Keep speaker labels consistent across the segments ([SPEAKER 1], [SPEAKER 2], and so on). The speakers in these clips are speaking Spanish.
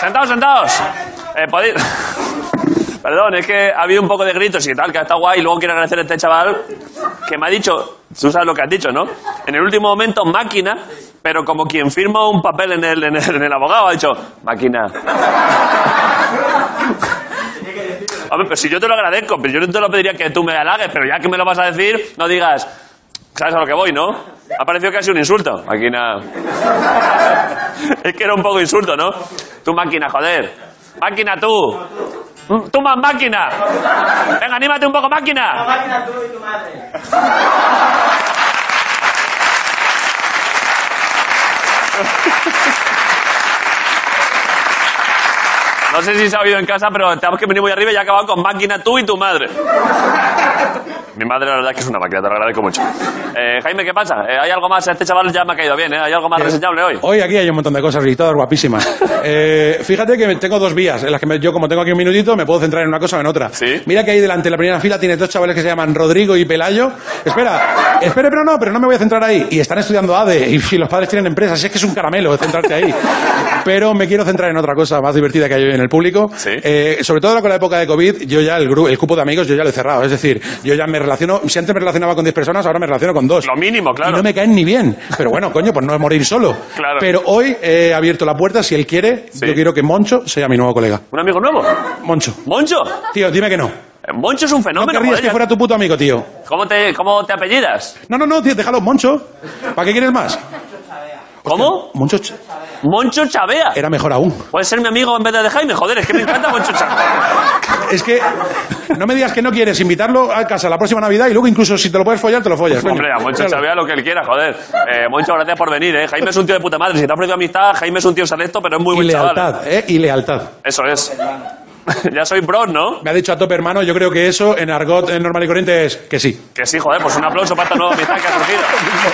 [SPEAKER 1] Sentaos, sentaos. Eh, podéis- Perdón, es que ha habido un poco de gritos y tal, que ha estado guay. Y luego quiero agradecer a este chaval que me ha dicho, tú sabes lo que has dicho, ¿no? En el último momento, máquina, pero como quien firma un papel en el, en el, en el abogado, ha dicho, máquina. Hombre, pero si yo te lo agradezco, pero yo no te lo pediría que tú me halagues, pero ya que me lo vas a decir, no digas, ¿sabes a lo que voy, no? Ha parecido casi un insulto. Máquina. Es que era un poco insulto, ¿no? Tú máquina, joder. Máquina tú. Mm, Tú más máquina. Venga, anímate un poco, máquina.
[SPEAKER 2] máquina tú y tu madre.
[SPEAKER 1] No sé si se ha oído en casa, pero tenemos que venir muy arriba y ha acabado con máquina tú y tu madre. Mi madre, la verdad, es que es una máquina, te lo agradezco mucho. Eh, Jaime, ¿qué pasa? Eh, ¿Hay algo más? Este chaval ya me ha caído bien, ¿eh? ¿Hay algo más reseñable hoy?
[SPEAKER 3] Hoy aquí hay un montón de cosas y todas guapísimas. Eh, fíjate que tengo dos vías en las que me- yo, como tengo aquí un minutito, me puedo centrar en una cosa o en otra.
[SPEAKER 1] Sí.
[SPEAKER 3] Mira que ahí delante, en la primera fila, tiene dos chavales que se llaman Rodrigo y Pelayo. Espera, espere, pero no, pero no me voy a centrar ahí. Y están estudiando ADE, y si los padres tienen empresas, es que es un caramelo centrarte ahí. Pero me quiero centrar en otra cosa más divertida que hay hoy en el público.
[SPEAKER 1] Sí.
[SPEAKER 3] Eh, sobre todo ahora con la época de COVID, yo ya el, grupo, el cupo de amigos, yo ya lo he cerrado. Es decir, yo ya me relaciono, si antes me relacionaba con 10 personas, ahora me relaciono con dos.
[SPEAKER 1] Lo mínimo,
[SPEAKER 3] Y
[SPEAKER 1] claro.
[SPEAKER 3] no me caen ni bien. Pero bueno, coño, pues no es morir solo.
[SPEAKER 1] Claro.
[SPEAKER 3] Pero hoy he abierto la puerta, si él quiere,
[SPEAKER 1] Sí.
[SPEAKER 3] yo quiero que Moncho sea mi nuevo colega.
[SPEAKER 1] ¿Un amigo nuevo?
[SPEAKER 3] Moncho.
[SPEAKER 1] ¿Moncho?
[SPEAKER 3] Tío, dime que no.
[SPEAKER 1] Eh, Moncho es un
[SPEAKER 3] No
[SPEAKER 1] fenómeno.
[SPEAKER 3] querrías
[SPEAKER 1] joder,
[SPEAKER 3] que
[SPEAKER 1] ya-
[SPEAKER 3] fuera tu puto amigo, tío.
[SPEAKER 1] ¿Cómo, te, ¿Cómo te apellidas?
[SPEAKER 3] No, no, no, tío, déjalo, Moncho. ¿Para qué quieres más?
[SPEAKER 1] ¿Cómo?
[SPEAKER 3] Moncho ch-
[SPEAKER 1] Moncho Chavea.
[SPEAKER 3] era mejor aún.
[SPEAKER 1] ¿Puedes ser mi amigo en vez de, de Jaime? Joder, es que me encanta Moncho Chavea.
[SPEAKER 3] Es que no me digas que no quieres invitarlo a casa la próxima Navidad y luego incluso si te lo puedes follar, te lo follas. coño.
[SPEAKER 1] Hombre, a Moncho
[SPEAKER 3] Claro.
[SPEAKER 1] Chavea lo que él quiera, joder. Eh, Moncho, gracias por venir, ¿eh? Jaime es un tío de puta madre. Si te ha ofrecido amistad, Jaime es un tío selecto, pero es muy
[SPEAKER 3] Y
[SPEAKER 1] buen chaval.
[SPEAKER 3] lealtad, ¿eh? Y lealtad.
[SPEAKER 1] Eso es. ya soy bro, ¿no?
[SPEAKER 3] Me ha dicho a tope hermano, yo creo que eso en argot eh, normal y corriente es que sí.
[SPEAKER 1] Que sí, joder, pues un aplauso para esta nueva amistad que ha surgido.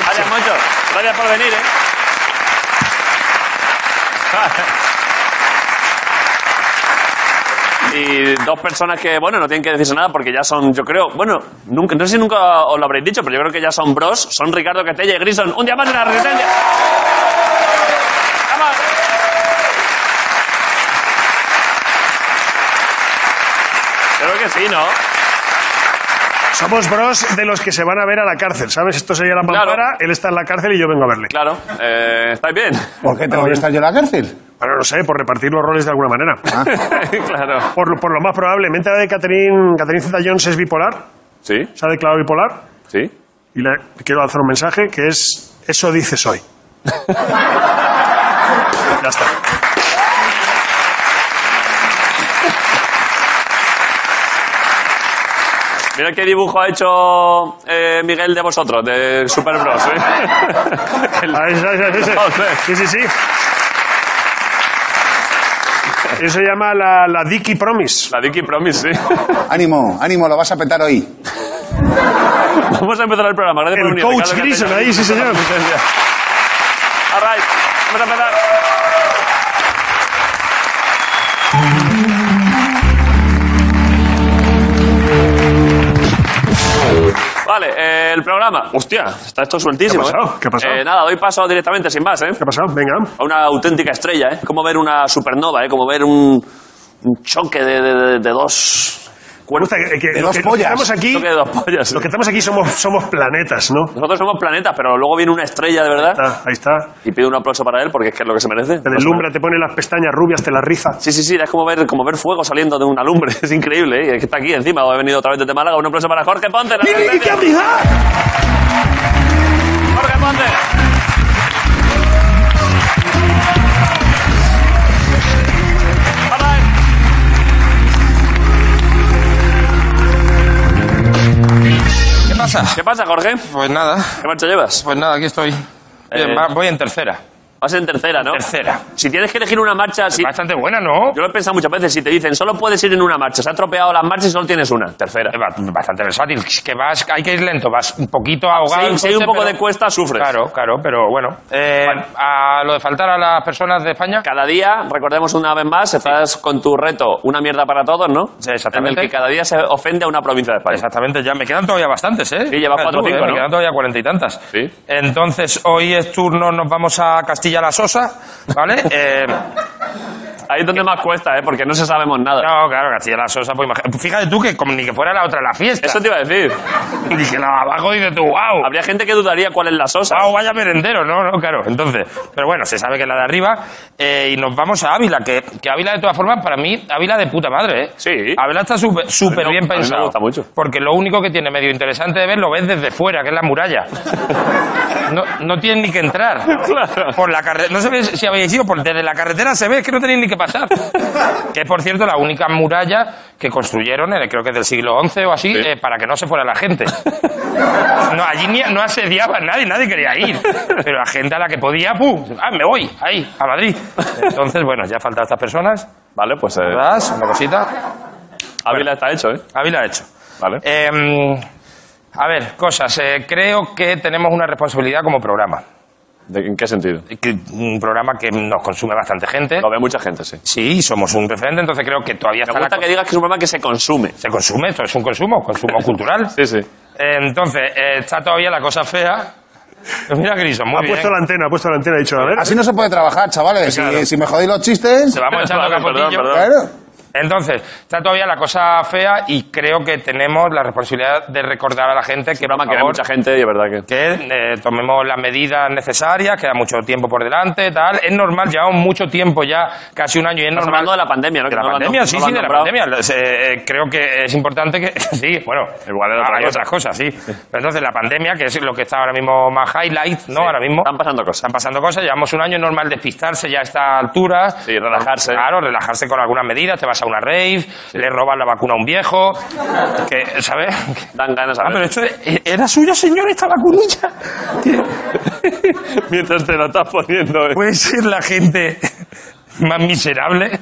[SPEAKER 1] Gracias, Moncho. Gracias por venir, ¿eh? Y dos personas que, bueno, no tienen que decirse nada porque ya son, yo creo, bueno, nunca, no sé si nunca os lo habréis dicho, pero yo creo que ya son bros, son Ricardo Catella y Grison. Un día más en la resistencia. ¡Vamos! Creo que sí, ¿no?
[SPEAKER 4] Somos bros de los que se van a ver a la cárcel, ¿sabes? Esto sería la
[SPEAKER 1] Claro.
[SPEAKER 4] pampara, él está en la cárcel y yo vengo a verle.
[SPEAKER 1] Claro, eh, ¿estáis bien?
[SPEAKER 5] ¿Por qué tengo que estar yo en la cárcel?
[SPEAKER 4] Bueno, no sé, por repartir los roles de alguna manera.
[SPEAKER 5] Ah.
[SPEAKER 1] claro.
[SPEAKER 4] Por, lo- por lo más probable, me he enterado de Catherine, Catherine Zeta-Jones es bipolar,
[SPEAKER 1] Sí,
[SPEAKER 4] se ha declarado bipolar,
[SPEAKER 1] sí.
[SPEAKER 4] y le quiero lanzar un mensaje que es, eso dices hoy. ya está.
[SPEAKER 1] Mira qué dibujo ha hecho eh, Miguel de vosotros, de Super Bros. ¿eh? El-
[SPEAKER 4] Ahí, ahí, ahí, ahí,
[SPEAKER 1] Joder.
[SPEAKER 4] Sí, sí, sí. Eso se llama la, la Dicky Promise.
[SPEAKER 1] La Dicky Promise, sí.
[SPEAKER 5] Ánimo, ánimo, lo vas a petar hoy.
[SPEAKER 1] Vamos a empezar el programa. Gracias por
[SPEAKER 4] El
[SPEAKER 1] venir,
[SPEAKER 4] coach
[SPEAKER 1] Ricardo
[SPEAKER 4] Grison,
[SPEAKER 1] Catella.
[SPEAKER 4] ahí, sí, señor.
[SPEAKER 1] All right, vamos a empezar. Vale, eh, el programa. Hostia, está esto sueltísimo.
[SPEAKER 4] ¿Qué ha pasado?
[SPEAKER 1] ¿eh?
[SPEAKER 4] ¿Qué ha pasado?
[SPEAKER 1] Eh, nada, doy paso directamente, sin más, ¿eh?
[SPEAKER 4] ¿Qué ha pasado? Venga.
[SPEAKER 1] a una auténtica estrella, ¿eh? Como ver una supernova, ¿eh? Como ver un, un choque de, de- de- de dos
[SPEAKER 4] Me
[SPEAKER 1] cuerpos.
[SPEAKER 4] gusta que, que-
[SPEAKER 5] De
[SPEAKER 4] lo
[SPEAKER 5] dos
[SPEAKER 4] que- lo que
[SPEAKER 5] pollas.
[SPEAKER 4] estamos aquí,
[SPEAKER 1] Choque de dos pollas.
[SPEAKER 4] lo que estamos aquí somos, somos planetas, ¿no?
[SPEAKER 1] Nosotros somos planetas, pero luego viene una estrella de verdad.
[SPEAKER 4] Ah, ahí está.
[SPEAKER 1] Y pido un aplauso para él porque es que es lo que se merece.
[SPEAKER 4] Te deslumbra, te pone las pestañas rubias, te las riza.
[SPEAKER 1] Sí, sí, sí, es como ver, como ver fuego saliendo de una lumbre. Es increíble, ¿eh? Es que está aquí encima. He venido otra vez desde Málaga. Un aplauso para Jorge Ponte. la resistencia. Jorge Ponte. All right.
[SPEAKER 6] ¿Qué pasa?
[SPEAKER 1] ¿Qué pasa, Jorge?
[SPEAKER 6] Pues nada,
[SPEAKER 1] ¿Qué marcha llevas?
[SPEAKER 6] pues nada, aquí estoy. Bien,
[SPEAKER 1] Eh,
[SPEAKER 6] va- voy en tercera.
[SPEAKER 1] Vas en tercera, ¿no?
[SPEAKER 6] Tercera.
[SPEAKER 1] Si tienes que elegir una marcha, si- yo
[SPEAKER 6] Bastante buena, ¿no?
[SPEAKER 1] lo he pensado muchas veces, si te dicen solo puedes ir en una marcha, se ha tropeado las marchas y solo tienes una, tercera.
[SPEAKER 6] Es Eh, ba- Bastante versátil. Es Que vas, hay que ir lento, vas un poquito ahogado.
[SPEAKER 1] Sí,
[SPEAKER 6] el
[SPEAKER 1] si hay
[SPEAKER 6] coche,
[SPEAKER 1] un poco
[SPEAKER 6] pero-
[SPEAKER 1] de cuesta, sufres.
[SPEAKER 6] Claro, claro, pero bueno. Eh,
[SPEAKER 1] Vale.
[SPEAKER 6] A lo de faltar a las personas de España.
[SPEAKER 1] Cada día, recordemos una vez más, estás con tu reto Una mierda para todos, ¿no?
[SPEAKER 6] Sí, exactamente.
[SPEAKER 1] En el que cada día se ofende a una provincia de España.
[SPEAKER 6] Exactamente, ya me quedan todavía bastantes, ¿eh?
[SPEAKER 1] Sí, llevas
[SPEAKER 6] Fíjate
[SPEAKER 1] cuatro o
[SPEAKER 6] tú,
[SPEAKER 1] cinco, ¿no?
[SPEAKER 6] ¿eh? Me quedan todavía cuarenta y tantas.
[SPEAKER 1] Sí.
[SPEAKER 6] Entonces, hoy es turno, nos vamos a Castilla la Sosa, ¿vale? Eh,
[SPEAKER 1] Ahí es donde más cuesta, ¿eh? Porque no se sabemos nada.
[SPEAKER 6] No, claro, García la Sosa, pues imagínate. Fíjate tú que como ni que fuera la otra la fiesta.
[SPEAKER 1] Eso te iba a decir.
[SPEAKER 6] Y dije, la abajo dice tú, wow.
[SPEAKER 1] Habría gente que dudaría cuál es la sosa.
[SPEAKER 6] Wow, oh, vaya merendero, no, no, claro. Entonces, pero bueno, se sabe que es la de arriba. eh, y nos vamos a Ávila, que, que Ávila, de todas formas, para mí, Ávila de puta madre, ¿eh?
[SPEAKER 1] Sí.
[SPEAKER 6] Ávila está súper súper
[SPEAKER 1] A mí me-
[SPEAKER 6] bien
[SPEAKER 1] a mí me
[SPEAKER 6] pensado.
[SPEAKER 1] gusta mucho.
[SPEAKER 6] Porque lo único que tiene medio interesante de ver lo ves desde fuera, que es la muralla. No, no tienes ni que entrar.
[SPEAKER 1] Claro.
[SPEAKER 6] Por la carre- No sé si habéis ido, por desde la carretera se ve, es que no tenéis ni que pasar. Que es, por cierto, la única muralla que construyeron, eh, creo que es del siglo XI o así,
[SPEAKER 1] Sí.
[SPEAKER 6] eh, para que no se fuera la gente. No, allí ni- no asediaba a nadie, nadie quería ir. Pero la gente a la que podía, ¡pum! ¡Ah, me voy! Ahí, a Madrid. Entonces, bueno, ya faltan estas personas.
[SPEAKER 1] Vale, pues eh,
[SPEAKER 6] ¿Verdad? Una cosita.
[SPEAKER 1] Ávila está hecho, ¿eh?
[SPEAKER 6] Ávila ha hecho.
[SPEAKER 1] Vale.
[SPEAKER 6] Em, a ver, cosas. eh, creo que tenemos una responsabilidad como programa.
[SPEAKER 1] ¿De- ¿En qué sentido?
[SPEAKER 6] Que- Un programa que nos consume bastante gente.
[SPEAKER 1] Lo ve mucha gente, sí.
[SPEAKER 6] Sí, somos un referente, entonces creo que todavía
[SPEAKER 1] Me
[SPEAKER 6] está la
[SPEAKER 1] gusta
[SPEAKER 6] co-
[SPEAKER 1] que digas que es un programa que se consume.
[SPEAKER 6] se consume, esto es un consumo, consumo cultural.
[SPEAKER 1] Sí, sí.
[SPEAKER 6] Eh, Entonces, eh, está todavía la cosa fea. Pues Mira, Griso, muy
[SPEAKER 4] Ha
[SPEAKER 6] bien.
[SPEAKER 4] puesto la antena, ha puesto la antena, ha dicho, a ver.
[SPEAKER 5] Así no se puede trabajar, chavales. Si- Si, me jodéis los chistes,
[SPEAKER 6] Se vamos echando
[SPEAKER 1] Vale, perdón,
[SPEAKER 6] capotillo.
[SPEAKER 1] perdón.
[SPEAKER 5] claro.
[SPEAKER 6] Entonces, está todavía la cosa fea y creo que tenemos la responsabilidad de recordar a la gente que,
[SPEAKER 1] Un programa
[SPEAKER 6] por
[SPEAKER 1] que ve
[SPEAKER 6] favor,
[SPEAKER 1] mucha gente y es verdad que.
[SPEAKER 6] que eh, tomemos las medidas necesarias, queda mucho tiempo por delante, tal. Es normal, llevamos mucho tiempo ya, casi un año, y es
[SPEAKER 1] Estamos
[SPEAKER 6] normal.
[SPEAKER 1] hablando de la pandemia, ¿no?
[SPEAKER 6] De
[SPEAKER 1] Que
[SPEAKER 6] la
[SPEAKER 1] no lo han-
[SPEAKER 6] pandemia,
[SPEAKER 1] no
[SPEAKER 6] sí,
[SPEAKER 1] lo han
[SPEAKER 6] sí, de la
[SPEAKER 1] nombrado.
[SPEAKER 6] pandemia. Los, eh, eh, creo que es importante que. Sí, bueno,
[SPEAKER 1] Igual era otra
[SPEAKER 6] hay
[SPEAKER 1] cosa.
[SPEAKER 6] otras cosas, sí. Pero entonces la pandemia, que es lo que está ahora mismo más highlight, ¿no? ahora mismo.
[SPEAKER 1] Están pasando cosas.
[SPEAKER 6] Están pasando cosas, llevamos un año, es normal despistarse ya a estas alturas.
[SPEAKER 1] Sí, relajarse.
[SPEAKER 6] Claro, relajarse con algunas medidas, te vas a una rave, le roban la vacuna a un viejo, que, ¿sabes?
[SPEAKER 1] Dan ganas a
[SPEAKER 6] Ah, pero
[SPEAKER 1] ver.
[SPEAKER 6] esto e- era suyo, señor, esta vacunilla.
[SPEAKER 1] Mientras te lo estás poniendo, ¿eh?
[SPEAKER 6] Puede ser la gente más miserable.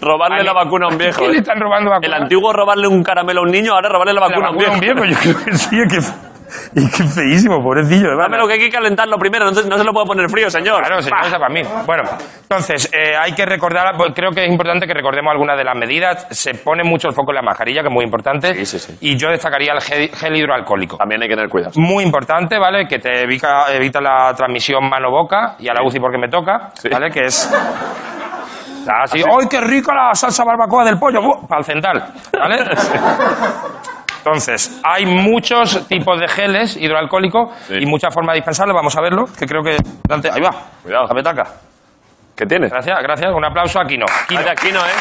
[SPEAKER 1] robarle la vacuna a un viejo.
[SPEAKER 6] ¿Quién le
[SPEAKER 1] ¿eh?
[SPEAKER 6] están robando
[SPEAKER 1] El
[SPEAKER 6] vacuna?
[SPEAKER 1] antiguo robarle un caramelo a un niño, ahora robarle la
[SPEAKER 6] La
[SPEAKER 1] vacuna a un
[SPEAKER 6] vacuna a
[SPEAKER 1] viejo.
[SPEAKER 6] un viejo, yo creo que sí, es que, es que es feísimo, pobrecillo. ¿verdad?
[SPEAKER 1] Dame lo que hay que calentarlo primero, no, te- no se lo puedo poner frío, señor.
[SPEAKER 6] Claro, señor, esa para mí. Bueno, entonces, eh, hay que recordar, pues, creo que es importante que recordemos algunas de las medidas. Se pone mucho el foco en la mascarilla, que es muy importante.
[SPEAKER 1] Sí, sí, sí.
[SPEAKER 6] Y yo destacaría el gel, gel hidroalcohólico.
[SPEAKER 1] También hay que tener cuidado.
[SPEAKER 6] Muy importante, ¿vale? Que te evita, evita la transmisión mano-boca y a la UCI porque me toca,
[SPEAKER 1] Sí.
[SPEAKER 6] ¿vale? Que es... Está así, ¡ay, qué rica la salsa barbacoa del pollo! ¡buah! Para el central, ¿vale? Entonces, hay muchos tipos de geles hidroalcohólicos
[SPEAKER 1] Sí.
[SPEAKER 6] y muchas formas de dispensarlos. Vamos a verlo, que creo que... Dante, ahí va.
[SPEAKER 1] Cuidado.
[SPEAKER 6] La petaca.
[SPEAKER 1] ¿Qué tienes?
[SPEAKER 6] Gracias, gracias. Un aplauso a Kino. Kino.
[SPEAKER 1] Vaya, Aquí no, ¿eh?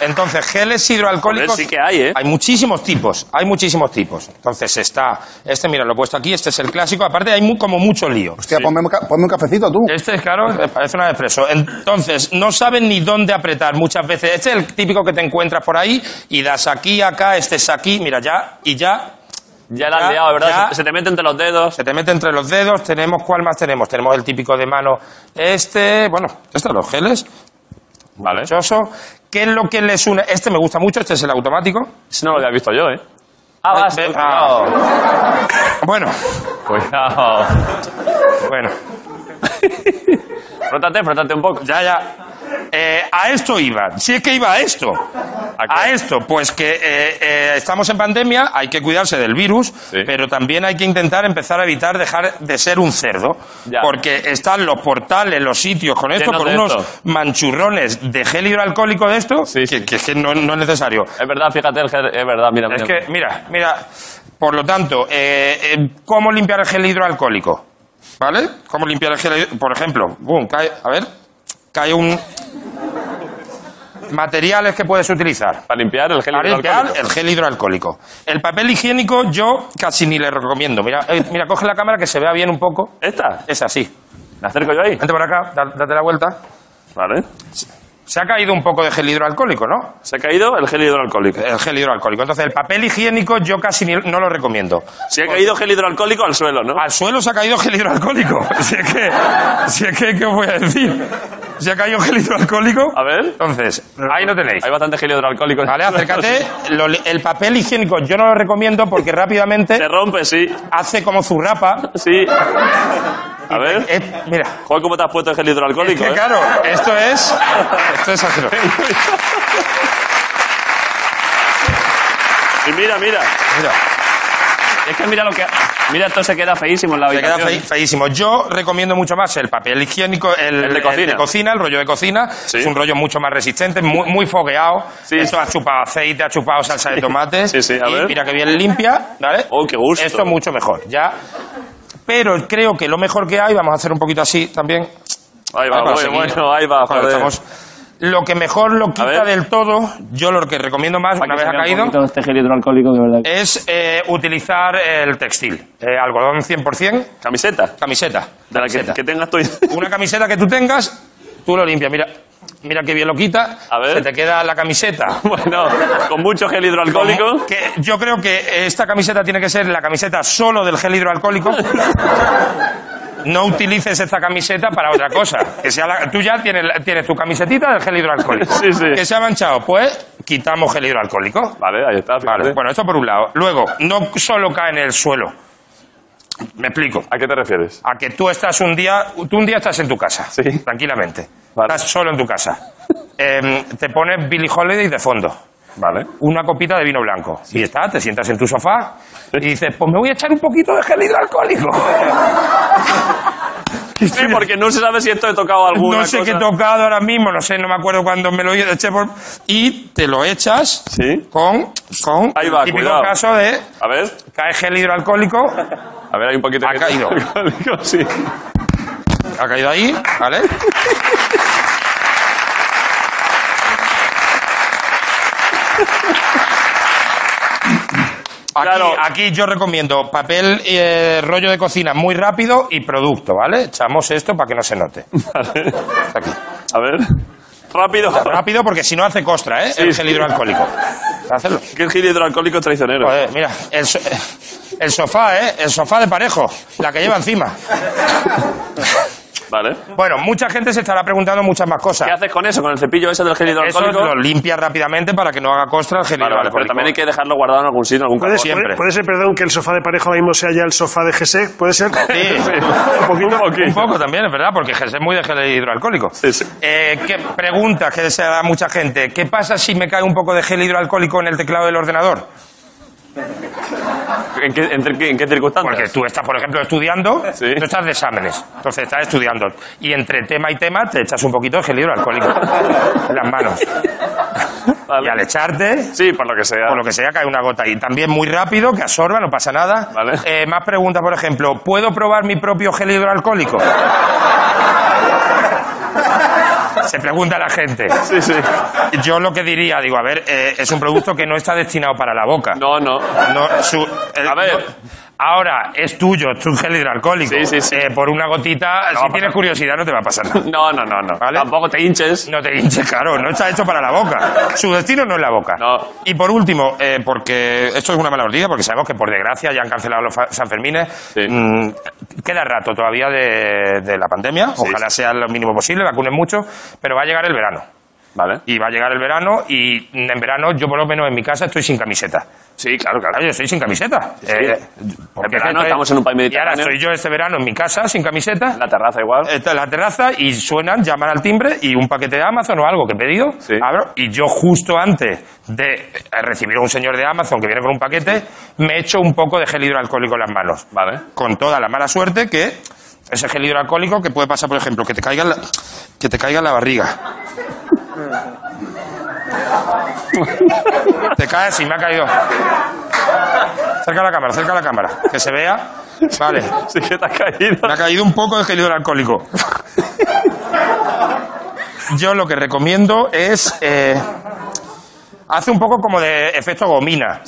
[SPEAKER 6] Entonces, geles hidroalcohólicos.
[SPEAKER 1] Joder, sí que hay, ¿eh?
[SPEAKER 6] Hay muchísimos tipos, hay muchísimos tipos. Entonces está, este mira, lo he puesto aquí, este es el clásico. Aparte hay mu- como mucho lío.
[SPEAKER 5] Hostia, ponme, un ca- ponme un cafecito tú.
[SPEAKER 6] Este es claro, eh, parece un expreso. Entonces, no saben ni dónde apretar muchas veces. Este es el típico que te encuentras por ahí y das aquí, acá, este es aquí, mira, ya y ya.
[SPEAKER 1] Ya la
[SPEAKER 6] Ya,
[SPEAKER 1] has liado, ¿verdad?
[SPEAKER 6] ya.
[SPEAKER 1] Se, se te mete entre los dedos.
[SPEAKER 6] Se te mete entre los dedos, tenemos, ¿cuál más tenemos? Tenemos el típico de mano, este, bueno, estos los geles,
[SPEAKER 1] Vale.
[SPEAKER 6] Choso. ¿Qué es lo que les une? Este me gusta mucho, este es el automático.
[SPEAKER 1] Ese no lo había visto yo, ¿eh? Ah, vas.
[SPEAKER 6] Ve-
[SPEAKER 1] Cuidado.
[SPEAKER 6] Bueno,
[SPEAKER 1] Cuidado.
[SPEAKER 6] bueno,
[SPEAKER 1] Frótate, frótate un poco.
[SPEAKER 6] ya, ya. Eh, a esto iba, si es que iba a esto.
[SPEAKER 1] qué?
[SPEAKER 6] A esto, pues que eh, eh, estamos en pandemia, hay que cuidarse del virus, pero también hay que intentar empezar a evitar dejar de ser un cerdo.
[SPEAKER 1] Ya.
[SPEAKER 6] Porque están los portales, los sitios con esto,
[SPEAKER 1] Llenos
[SPEAKER 6] con
[SPEAKER 1] de
[SPEAKER 6] unos
[SPEAKER 1] esto.
[SPEAKER 6] manchurrones de gel hidroalcohólico de esto,
[SPEAKER 1] Sí,
[SPEAKER 6] que,
[SPEAKER 1] sí.
[SPEAKER 6] que es que no, no es necesario.
[SPEAKER 1] Es verdad, fíjate, el ger- es verdad, mira,
[SPEAKER 6] Es
[SPEAKER 1] mira.
[SPEAKER 6] que, mira, mira, por lo tanto, eh, eh, ¿cómo limpiar el gel hidroalcohólico? ¿Vale? ¿Cómo limpiar el gel? hid- Por ejemplo, boom, cae, a ver, cae un... Materiales que puedes utilizar.
[SPEAKER 1] Para limpiar el gel
[SPEAKER 6] Para limpiar
[SPEAKER 1] hidroalcohólico.
[SPEAKER 6] el gel hidroalcohólico. El papel higiénico yo casi ni le recomiendo. Mira, eh, mira, coge la cámara que se vea bien un poco.
[SPEAKER 1] ¿Esta?
[SPEAKER 6] Es así.
[SPEAKER 1] ¿Me acerco yo ahí?
[SPEAKER 6] Vente por acá, da- date la vuelta.
[SPEAKER 1] Vale.
[SPEAKER 6] Se ha caído un poco de gel hidroalcohólico, ¿no?
[SPEAKER 1] Se ha caído el gel hidroalcohólico.
[SPEAKER 6] El gel hidroalcohólico. Entonces, el papel higiénico yo casi ni- no lo recomiendo.
[SPEAKER 1] Se ha caído gel hidroalcohólico Pues- al suelo, ¿no?
[SPEAKER 6] Al suelo se ha caído gel hidroalcohólico. Si es que, si es que, ¿qué os voy a decir? Se ha caído gel hidroalcohólico.
[SPEAKER 1] A ver.
[SPEAKER 6] Entonces, ahí lo tenéis.
[SPEAKER 1] Hay bastante gel hidroalcohólico.
[SPEAKER 6] Vale, acércate. Lo- el papel higiénico yo no lo recomiendo porque
[SPEAKER 1] Se
[SPEAKER 6] rápidamente
[SPEAKER 1] rompe, sí.
[SPEAKER 6] hace como zurrapa.
[SPEAKER 1] Sí. A ver.
[SPEAKER 6] Eh, mira,
[SPEAKER 1] Joder, ¿cómo te has puesto el gel hidroalcohólico?
[SPEAKER 6] que
[SPEAKER 1] eh?
[SPEAKER 6] claro, esto es. Esto es asqueroso.
[SPEAKER 1] Y mira, mira.
[SPEAKER 6] Mira.
[SPEAKER 1] Es que mira lo que. Mira, esto se queda feísimo en la
[SPEAKER 6] Se queda
[SPEAKER 1] habitación. eh.
[SPEAKER 6] fe- feísimo. Yo recomiendo mucho más el papel higiénico, el,
[SPEAKER 1] El de cocina.
[SPEAKER 6] el el rollo de cocina. Es un rollo mucho más resistente, muy, muy fogueado.
[SPEAKER 1] Sí.
[SPEAKER 6] Eso ha chupado aceite, ha chupado salsa de tomate.
[SPEAKER 1] Sí, sí, a
[SPEAKER 6] Y
[SPEAKER 1] ver.
[SPEAKER 6] Mira que bien limpia, ¿vale?
[SPEAKER 1] Oh, qué gusto.
[SPEAKER 6] Esto es mucho mejor, ya. Pero creo que lo mejor que hay, vamos a hacer un poquito así también.
[SPEAKER 1] Ahí va,
[SPEAKER 6] Ahí va,
[SPEAKER 1] bueno,
[SPEAKER 6] seguir.
[SPEAKER 1] bueno, ahí va,
[SPEAKER 6] Cuando
[SPEAKER 1] joder.
[SPEAKER 6] estamos- lo que mejor lo
[SPEAKER 1] ver.
[SPEAKER 6] quita del todo, yo lo que recomiendo más,
[SPEAKER 1] Para que
[SPEAKER 6] una vez
[SPEAKER 1] se
[SPEAKER 6] ha
[SPEAKER 1] vea un
[SPEAKER 6] caído,
[SPEAKER 1] poquito este gel hidroalcohólico de verdad.
[SPEAKER 6] es eh, utilizar el textil. Eh, algodón 100%,
[SPEAKER 1] Camiseta.
[SPEAKER 6] camiseta.
[SPEAKER 1] De la que,
[SPEAKER 6] Camiseta.
[SPEAKER 1] que tengas tú.
[SPEAKER 6] Una camiseta que tú tengas, tú lo limpias. Mira, mira qué bien lo quita.
[SPEAKER 1] A ver.
[SPEAKER 6] Se te queda la camiseta.
[SPEAKER 1] Bueno, con mucho gel hidroalcohólico.
[SPEAKER 6] Que yo creo que esta camiseta tiene que ser la camiseta solo del gel hidroalcohólico. No utilices esta camiseta para otra cosa. Que sea la- tú ya tienes, la- tienes tu camisetita del gel hidroalcohólico.
[SPEAKER 1] Sí, sí.
[SPEAKER 6] Que se ha manchado, pues quitamos gel hidroalcohólico.
[SPEAKER 1] Vale, ahí está. fíjate.
[SPEAKER 6] Vale, bueno, esto por un lado. Luego, no solo cae en el suelo. Me explico.
[SPEAKER 1] ¿A qué te refieres?
[SPEAKER 6] a que tú estás un día, tú un día estás en tu casa,
[SPEAKER 1] Sí.
[SPEAKER 6] tranquilamente.
[SPEAKER 1] Vale.
[SPEAKER 6] Estás solo en tu casa. Em, te pones Billy Holiday de fondo,
[SPEAKER 1] Vale.
[SPEAKER 6] una copita de vino blanco. Y está, te sientas en tu sofá y dices, pues me voy a echar un poquito de gel hidroalcohólico.
[SPEAKER 1] Sí, porque no se sabe si esto he tocado alguna
[SPEAKER 6] No sé
[SPEAKER 1] cosa.
[SPEAKER 6] qué he tocado ahora mismo, no sé, no me acuerdo cuándo me lo eché por... Y te lo echas
[SPEAKER 1] Sí.
[SPEAKER 6] con, con
[SPEAKER 1] Ahí va,
[SPEAKER 6] el típico
[SPEAKER 1] cuidado.
[SPEAKER 6] caso de
[SPEAKER 1] A ver,
[SPEAKER 6] cae gel hidroalcohólico,
[SPEAKER 1] a ver, hay un poquito
[SPEAKER 6] Ha
[SPEAKER 1] de-
[SPEAKER 6] caído.
[SPEAKER 1] alcohólico, sí.
[SPEAKER 6] ha caído ahí, ¿vale? Aquí,
[SPEAKER 1] Claro.
[SPEAKER 6] aquí yo recomiendo papel, eh, rollo de cocina muy rápido y producto, ¿vale? Echamos esto para que no se note.
[SPEAKER 1] Vale.
[SPEAKER 6] Está aquí.
[SPEAKER 1] A ver. Rápido.
[SPEAKER 6] Rápido porque si no hace costra, ¿eh? el
[SPEAKER 1] sí.
[SPEAKER 6] gel hidroalcohólico. Hacedlo.
[SPEAKER 1] Que el gel hidroalcohólico es traicionero.
[SPEAKER 6] Joder, mira, el, so- el sofá, ¿eh? El sofá de parejo, la que lleva encima.
[SPEAKER 1] Vale.
[SPEAKER 6] Bueno, mucha gente se estará preguntando muchas más cosas.
[SPEAKER 1] ¿Qué haces con eso? ¿Con el cepillo ese del gel
[SPEAKER 6] Eso
[SPEAKER 1] hidroalcohólico?
[SPEAKER 6] lo limpia rápidamente para que no haga costra el gel
[SPEAKER 1] Vale, vale, pero
[SPEAKER 6] hidroalcohólico.
[SPEAKER 1] también hay que dejarlo guardado en algún sitio, en algún
[SPEAKER 4] ¿Puede,
[SPEAKER 1] cajón.
[SPEAKER 6] siempre.
[SPEAKER 4] puede- puede ser, perdón, que el sofá de pareja ahora mismo sea ya el sofá de GSE? ¿Puede ser?
[SPEAKER 6] Sí.
[SPEAKER 4] Un poquito.
[SPEAKER 1] Un poquito.
[SPEAKER 6] Un poco también, es verdad, porque es muy de gel hidroalcohólico.
[SPEAKER 1] Sí, sí.
[SPEAKER 6] Eh, ¿qué pregunta que se da mucha gente. ¿Qué pasa si me cae un poco de gel hidroalcohólico en el teclado del ordenador?
[SPEAKER 1] ¿En qué, en qué- en qué circunstancias?
[SPEAKER 6] Porque tú estás, por ejemplo, estudiando,
[SPEAKER 1] Sí.
[SPEAKER 6] tú estás de exámenes, entonces estás estudiando. Y entre tema y tema te echas un poquito de gel hidroalcohólico en las manos.
[SPEAKER 1] Vale.
[SPEAKER 6] Y al echarte,
[SPEAKER 1] Sí, por lo que sea.
[SPEAKER 6] por lo que sea, cae una gota. Y también muy rápido, que absorba, no pasa nada.
[SPEAKER 1] Vale.
[SPEAKER 6] Eh, más preguntas, por ejemplo, ¿puedo probar mi propio gel hidroalcohólico? Se pregunta la gente.
[SPEAKER 1] Sí, sí.
[SPEAKER 6] Yo lo que diría, digo, a ver, eh, es un producto que no está destinado para la boca.
[SPEAKER 1] No, no.
[SPEAKER 6] No, su- eh,
[SPEAKER 1] A ver.
[SPEAKER 6] no- ahora, es tuyo, es un gel hidroalcohólico.
[SPEAKER 1] Sí, sí, sí.
[SPEAKER 6] Eh, por una gotita,
[SPEAKER 1] va a
[SPEAKER 6] si tienes curiosidad, no te va a pasar nada.
[SPEAKER 1] No, no, no, no.
[SPEAKER 6] Vale.
[SPEAKER 1] Tampoco te hinches.
[SPEAKER 6] No te hinches, claro, no está hecho para la boca. Su destino no es la boca.
[SPEAKER 1] No.
[SPEAKER 6] Y por último, eh, porque esto es una mala noticia, porque sabemos que por desgracia ya han cancelado los fa- Sanfermines.
[SPEAKER 1] Sí.
[SPEAKER 6] Mm, queda rato todavía de, de la pandemia, ojalá sea lo mínimo posible, vacunen mucho, pero va a llegar el verano.
[SPEAKER 1] Vale.
[SPEAKER 6] Y va a llegar el verano y mm, en verano yo por lo menos en mi casa estoy sin camiseta.
[SPEAKER 1] Sí, claro, claro.
[SPEAKER 6] Claro, yo estoy sin camiseta. Eh, porque
[SPEAKER 1] verano
[SPEAKER 6] estoy-
[SPEAKER 1] estamos en un país mediterráneo.
[SPEAKER 6] Y ahora estoy yo este verano en mi casa sin camiseta.
[SPEAKER 1] En la terraza igual.
[SPEAKER 6] Está en Eh, la terraza y suenan, llaman al timbre y un paquete de Amazon o algo que he pedido,
[SPEAKER 1] Sí.
[SPEAKER 6] abro y yo justo antes de eh, recibir a un señor de Amazon que viene con un paquete, me echo un poco de gel hidroalcohólico en las manos.
[SPEAKER 1] Vale.
[SPEAKER 6] Con toda la mala suerte que ese gel hidroalcohólico que puede pasar, por ejemplo, que te caiga en la, que te caiga en la barriga. te caes y me ha caído. Cerca la cámara, cerca la cámara, que se vea. Vale.
[SPEAKER 1] Sí que te has caído.
[SPEAKER 6] Me ha caído un poco de gel hidroalcohólico. Yo lo que recomiendo es. eh, hace un poco como de efecto gomina.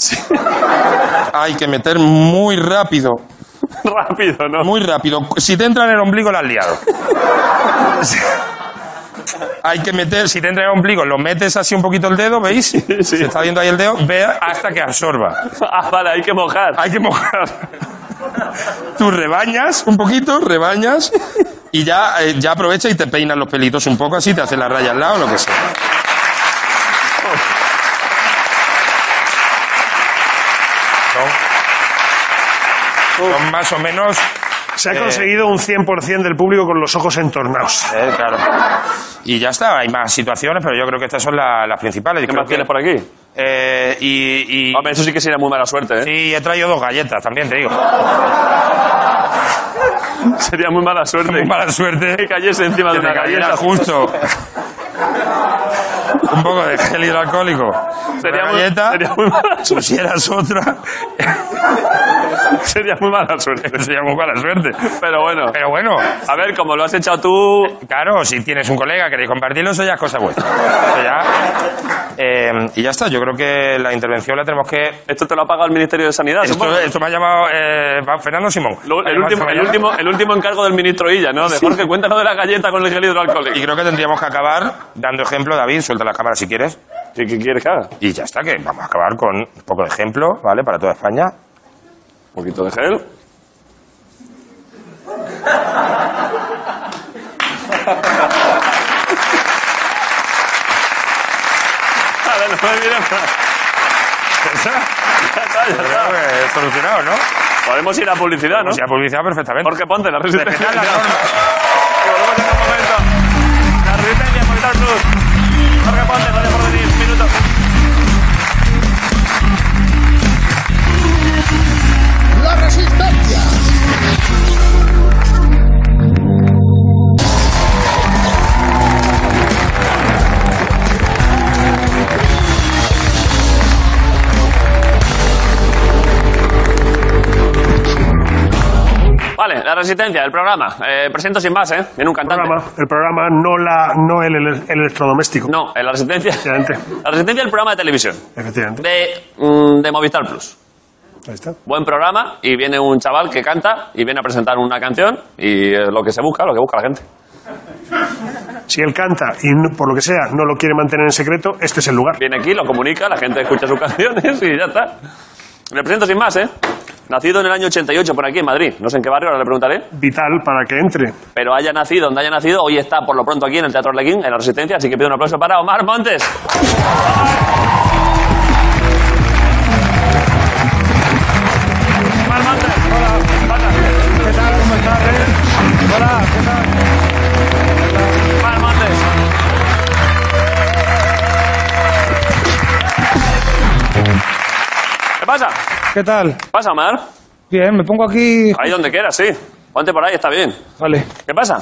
[SPEAKER 6] Hay que meter muy rápido,
[SPEAKER 1] Rápido, ¿no?
[SPEAKER 6] muy rápido. Si te entra en el ombligo, la has liado. Hay que meter, si te entra en el ombligo, lo metes así un poquito el dedo, ¿veis?
[SPEAKER 1] sí.
[SPEAKER 6] Se está viendo ahí el dedo, ve hasta que absorba.
[SPEAKER 1] Ah, vale, hay que mojar.
[SPEAKER 6] Hay que mojar. Tú rebañas un poquito, rebañas y ya, eh, ya aprovecha y te peinas los pelitos un poco así, te haces la raya al lado, lo que sea. Son, son más o menos
[SPEAKER 4] Se ha
[SPEAKER 6] Eh,
[SPEAKER 4] conseguido un 100% del público con los ojos entornados.
[SPEAKER 6] eh, claro. Y ya está, hay más situaciones, pero yo creo que estas son la- las principales.
[SPEAKER 1] ¿Qué más tienes por aquí?
[SPEAKER 6] Eh, y, y-
[SPEAKER 1] Hombre, eso sí que sería muy mala suerte, ¿eh?
[SPEAKER 6] sí, he traído dos galletas también, te digo.
[SPEAKER 1] Sería muy mala suerte.
[SPEAKER 6] Muy mala suerte.
[SPEAKER 1] Que cayese encima de
[SPEAKER 6] Que
[SPEAKER 1] una
[SPEAKER 6] te cayera
[SPEAKER 1] galleta.
[SPEAKER 6] justo. Un poco de gel hidroalcohólico.
[SPEAKER 1] Sería
[SPEAKER 6] una
[SPEAKER 1] muy-
[SPEAKER 6] galleta,
[SPEAKER 1] sería muy mala-
[SPEAKER 6] pusieras otra,
[SPEAKER 1] Sería muy mala suerte.
[SPEAKER 6] sería muy mala suerte.
[SPEAKER 1] Pero bueno.
[SPEAKER 6] Pero bueno,
[SPEAKER 1] A ver, como lo has echado tú.
[SPEAKER 6] claro, si tienes un colega, queréis compartirlo, eso ya es cosa vuestra. Eso ya- eh, y ya está, yo creo que la intervención la tenemos que...
[SPEAKER 1] Esto te lo ha pagado el Ministerio de Sanidad.
[SPEAKER 6] Esto,
[SPEAKER 1] Ah, supongo.
[SPEAKER 6] esto me ha llamado eh, va- Fernando Simón.
[SPEAKER 1] Lo-
[SPEAKER 6] Me ha
[SPEAKER 1] el,
[SPEAKER 6] llamado
[SPEAKER 1] último,
[SPEAKER 6] esta
[SPEAKER 1] el,
[SPEAKER 6] mañana.
[SPEAKER 1] último, el último encargo del ministro Illa, ¿no? De Jorge, cuéntanos de la galleta con el gel
[SPEAKER 6] Y
[SPEAKER 1] hidroalcohólico.
[SPEAKER 6] creo que tendríamos que acabar dando ejemplo, David, suelta las cámaras si quieres.
[SPEAKER 1] ¿Qué, qué quieres que haga?
[SPEAKER 6] Y ya está, que vamos a acabar con un poco de ejemplo, ¿vale? Para toda España.
[SPEAKER 1] Un poquito de gel. Ahora no me mires más. Ya está, ya
[SPEAKER 6] Creo
[SPEAKER 1] está.
[SPEAKER 6] que es solucionado, ¿no?
[SPEAKER 1] Podemos ir a publicidad, ¿no?
[SPEAKER 6] Se ha publicitado perfectamente.
[SPEAKER 1] Jorge Ponte, la resistencia.
[SPEAKER 6] Respetad las normas.
[SPEAKER 1] Volvemos en un momento. La resistencia, Movistar Plus. Jorge Ponte, gracias por venir. Minutos.
[SPEAKER 5] ¡La resistencia!
[SPEAKER 1] Vale, la resistencia, el programa. Eh, presento sin más, ¿eh? Viene un
[SPEAKER 4] El
[SPEAKER 1] cantante.
[SPEAKER 4] programa, el programa no, la, no el, el- el electrodoméstico.
[SPEAKER 1] No, eh, la resistencia.
[SPEAKER 4] Efectivamente.
[SPEAKER 1] La resistencia es el programa de televisión.
[SPEAKER 4] Efectivamente.
[SPEAKER 1] De, mm, de Movistar Plus.
[SPEAKER 4] Ahí está.
[SPEAKER 1] Buen programa y viene un chaval que canta y viene a presentar una canción y es lo que se busca, lo que busca la gente.
[SPEAKER 4] Si él canta y no- por lo que sea no lo quiere mantener en secreto, este es el lugar.
[SPEAKER 1] Viene aquí, lo comunica, la gente escucha sus canciones y ya está. Le presento sin más, ¿eh? Nacido en el año 88 por aquí en Madrid. No sé en qué barrio, ahora le preguntaré.
[SPEAKER 4] Vital para que entre.
[SPEAKER 1] Pero haya nacido donde haya nacido, hoy está por lo pronto aquí en el Teatro Arlequín, en la Resistencia, así que pido un aplauso para Omar Montes. Omar Montes, hola, ¿qué tal? ¿Cómo estás? eh? Hola, ¿qué tal? Omar Montes. ¿Qué pasa?
[SPEAKER 2] ¿Qué tal?
[SPEAKER 1] ¿Qué pasa, Omar?
[SPEAKER 2] Bien, me pongo aquí.
[SPEAKER 1] Ahí donde quieras, sí. Ponte por ahí, está bien.
[SPEAKER 2] Vale.
[SPEAKER 1] ¿Qué pasa?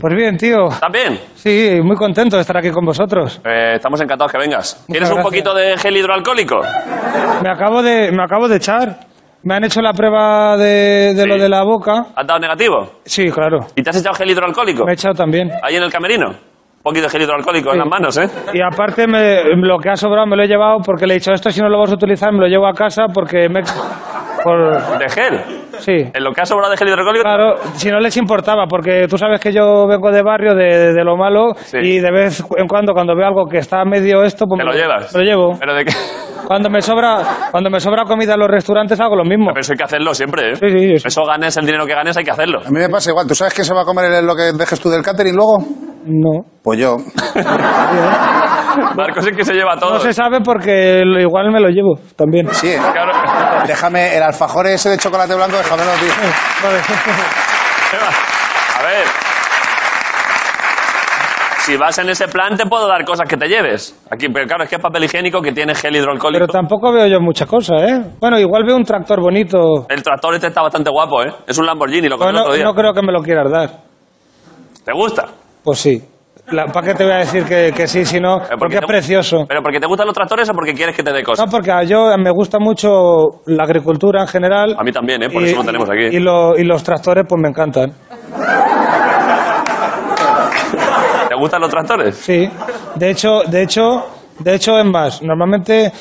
[SPEAKER 2] Pues bien, tío.
[SPEAKER 1] ¿Estás bien?
[SPEAKER 2] Sí, muy contento de estar aquí con vosotros.
[SPEAKER 1] Eh, estamos encantados que vengas. ¿Quieres un
[SPEAKER 2] gracias.
[SPEAKER 1] poquito de gel hidroalcohólico?
[SPEAKER 2] Me acabo de, me acabo de echar. Me han hecho la prueba de, de
[SPEAKER 1] Sí.
[SPEAKER 2] lo de la boca.
[SPEAKER 1] ¿Has dado negativo?
[SPEAKER 2] Sí, claro.
[SPEAKER 1] ¿Y te has echado gel hidroalcohólico?
[SPEAKER 2] Me he echado también.
[SPEAKER 1] Ahí en el camerino. Un poquito de gel hidroalcohólico en
[SPEAKER 2] Sí.
[SPEAKER 1] las manos, ¿eh?
[SPEAKER 2] Y aparte, me- lo que ha sobrado me lo he llevado porque le he dicho esto, si no lo vas a utilizar, me lo llevo a casa porque me. Por,
[SPEAKER 1] De gel.
[SPEAKER 2] sí.
[SPEAKER 1] En lo que ha sobrado de gel hidroalcohólico.
[SPEAKER 2] Claro, si no les importaba, porque tú sabes que yo vengo de barrio, de, de lo malo,
[SPEAKER 1] Sí.
[SPEAKER 2] y de vez en cuando, cuando veo algo que está medio esto, pues
[SPEAKER 1] Te
[SPEAKER 2] me
[SPEAKER 1] lo llevas.
[SPEAKER 2] Me lo llevo.
[SPEAKER 1] Pero de qué.
[SPEAKER 2] Cuando me sobra, cuando me sobra comida en los restaurantes hago lo mismo.
[SPEAKER 1] Pero eso hay que hacerlo siempre, ¿eh?
[SPEAKER 2] Sí, sí, yo sí.
[SPEAKER 1] Eso ganes el dinero que ganes, hay que hacerlo.
[SPEAKER 5] A mí me pasa igual. ¿Tú sabes qué se va a comer el- lo que dejes tú del catering luego?
[SPEAKER 2] No.
[SPEAKER 5] Pues yo.
[SPEAKER 1] Marcos es que se lleva todo.
[SPEAKER 2] No se sabe porque lo- igual me lo llevo también.
[SPEAKER 5] Sí, eh.
[SPEAKER 1] Claro.
[SPEAKER 5] déjame el alfajor ese de chocolate blanco, déjamelo, tío.
[SPEAKER 1] A ver. Si vas en ese plan, te puedo dar cosas que te lleves. Aquí, pero claro, es que es papel higiénico que tiene gel hidroalcohólico.
[SPEAKER 2] Pero tampoco veo yo mucha cosa, ¿eh? Bueno, igual veo un tractor bonito.
[SPEAKER 1] El tractor este está bastante guapo, ¿eh? Es un Lamborghini, lo que
[SPEAKER 2] Pero
[SPEAKER 1] el otro
[SPEAKER 2] no,
[SPEAKER 1] día.
[SPEAKER 2] no creo que me lo quieras dar.
[SPEAKER 1] ¿Te gusta?
[SPEAKER 2] Pues sí. ¿Para qué te voy a decir que, que sí, si
[SPEAKER 1] Eh,
[SPEAKER 2] no? Porque es
[SPEAKER 1] te-
[SPEAKER 2] precioso.
[SPEAKER 1] ¿Pero porque te gustan los tractores o porque quieres que te dé
[SPEAKER 2] No,
[SPEAKER 1] cosas?
[SPEAKER 2] porque a yo me gusta mucho la agricultura en general.
[SPEAKER 1] A mí también, ¿eh? Por eso lo tenemos aquí.
[SPEAKER 2] Y, lo- y los tractores, pues me encantan.
[SPEAKER 1] ¿Te gustan los tractores?
[SPEAKER 2] Sí, de hecho, de hecho, de hecho es más, normalmente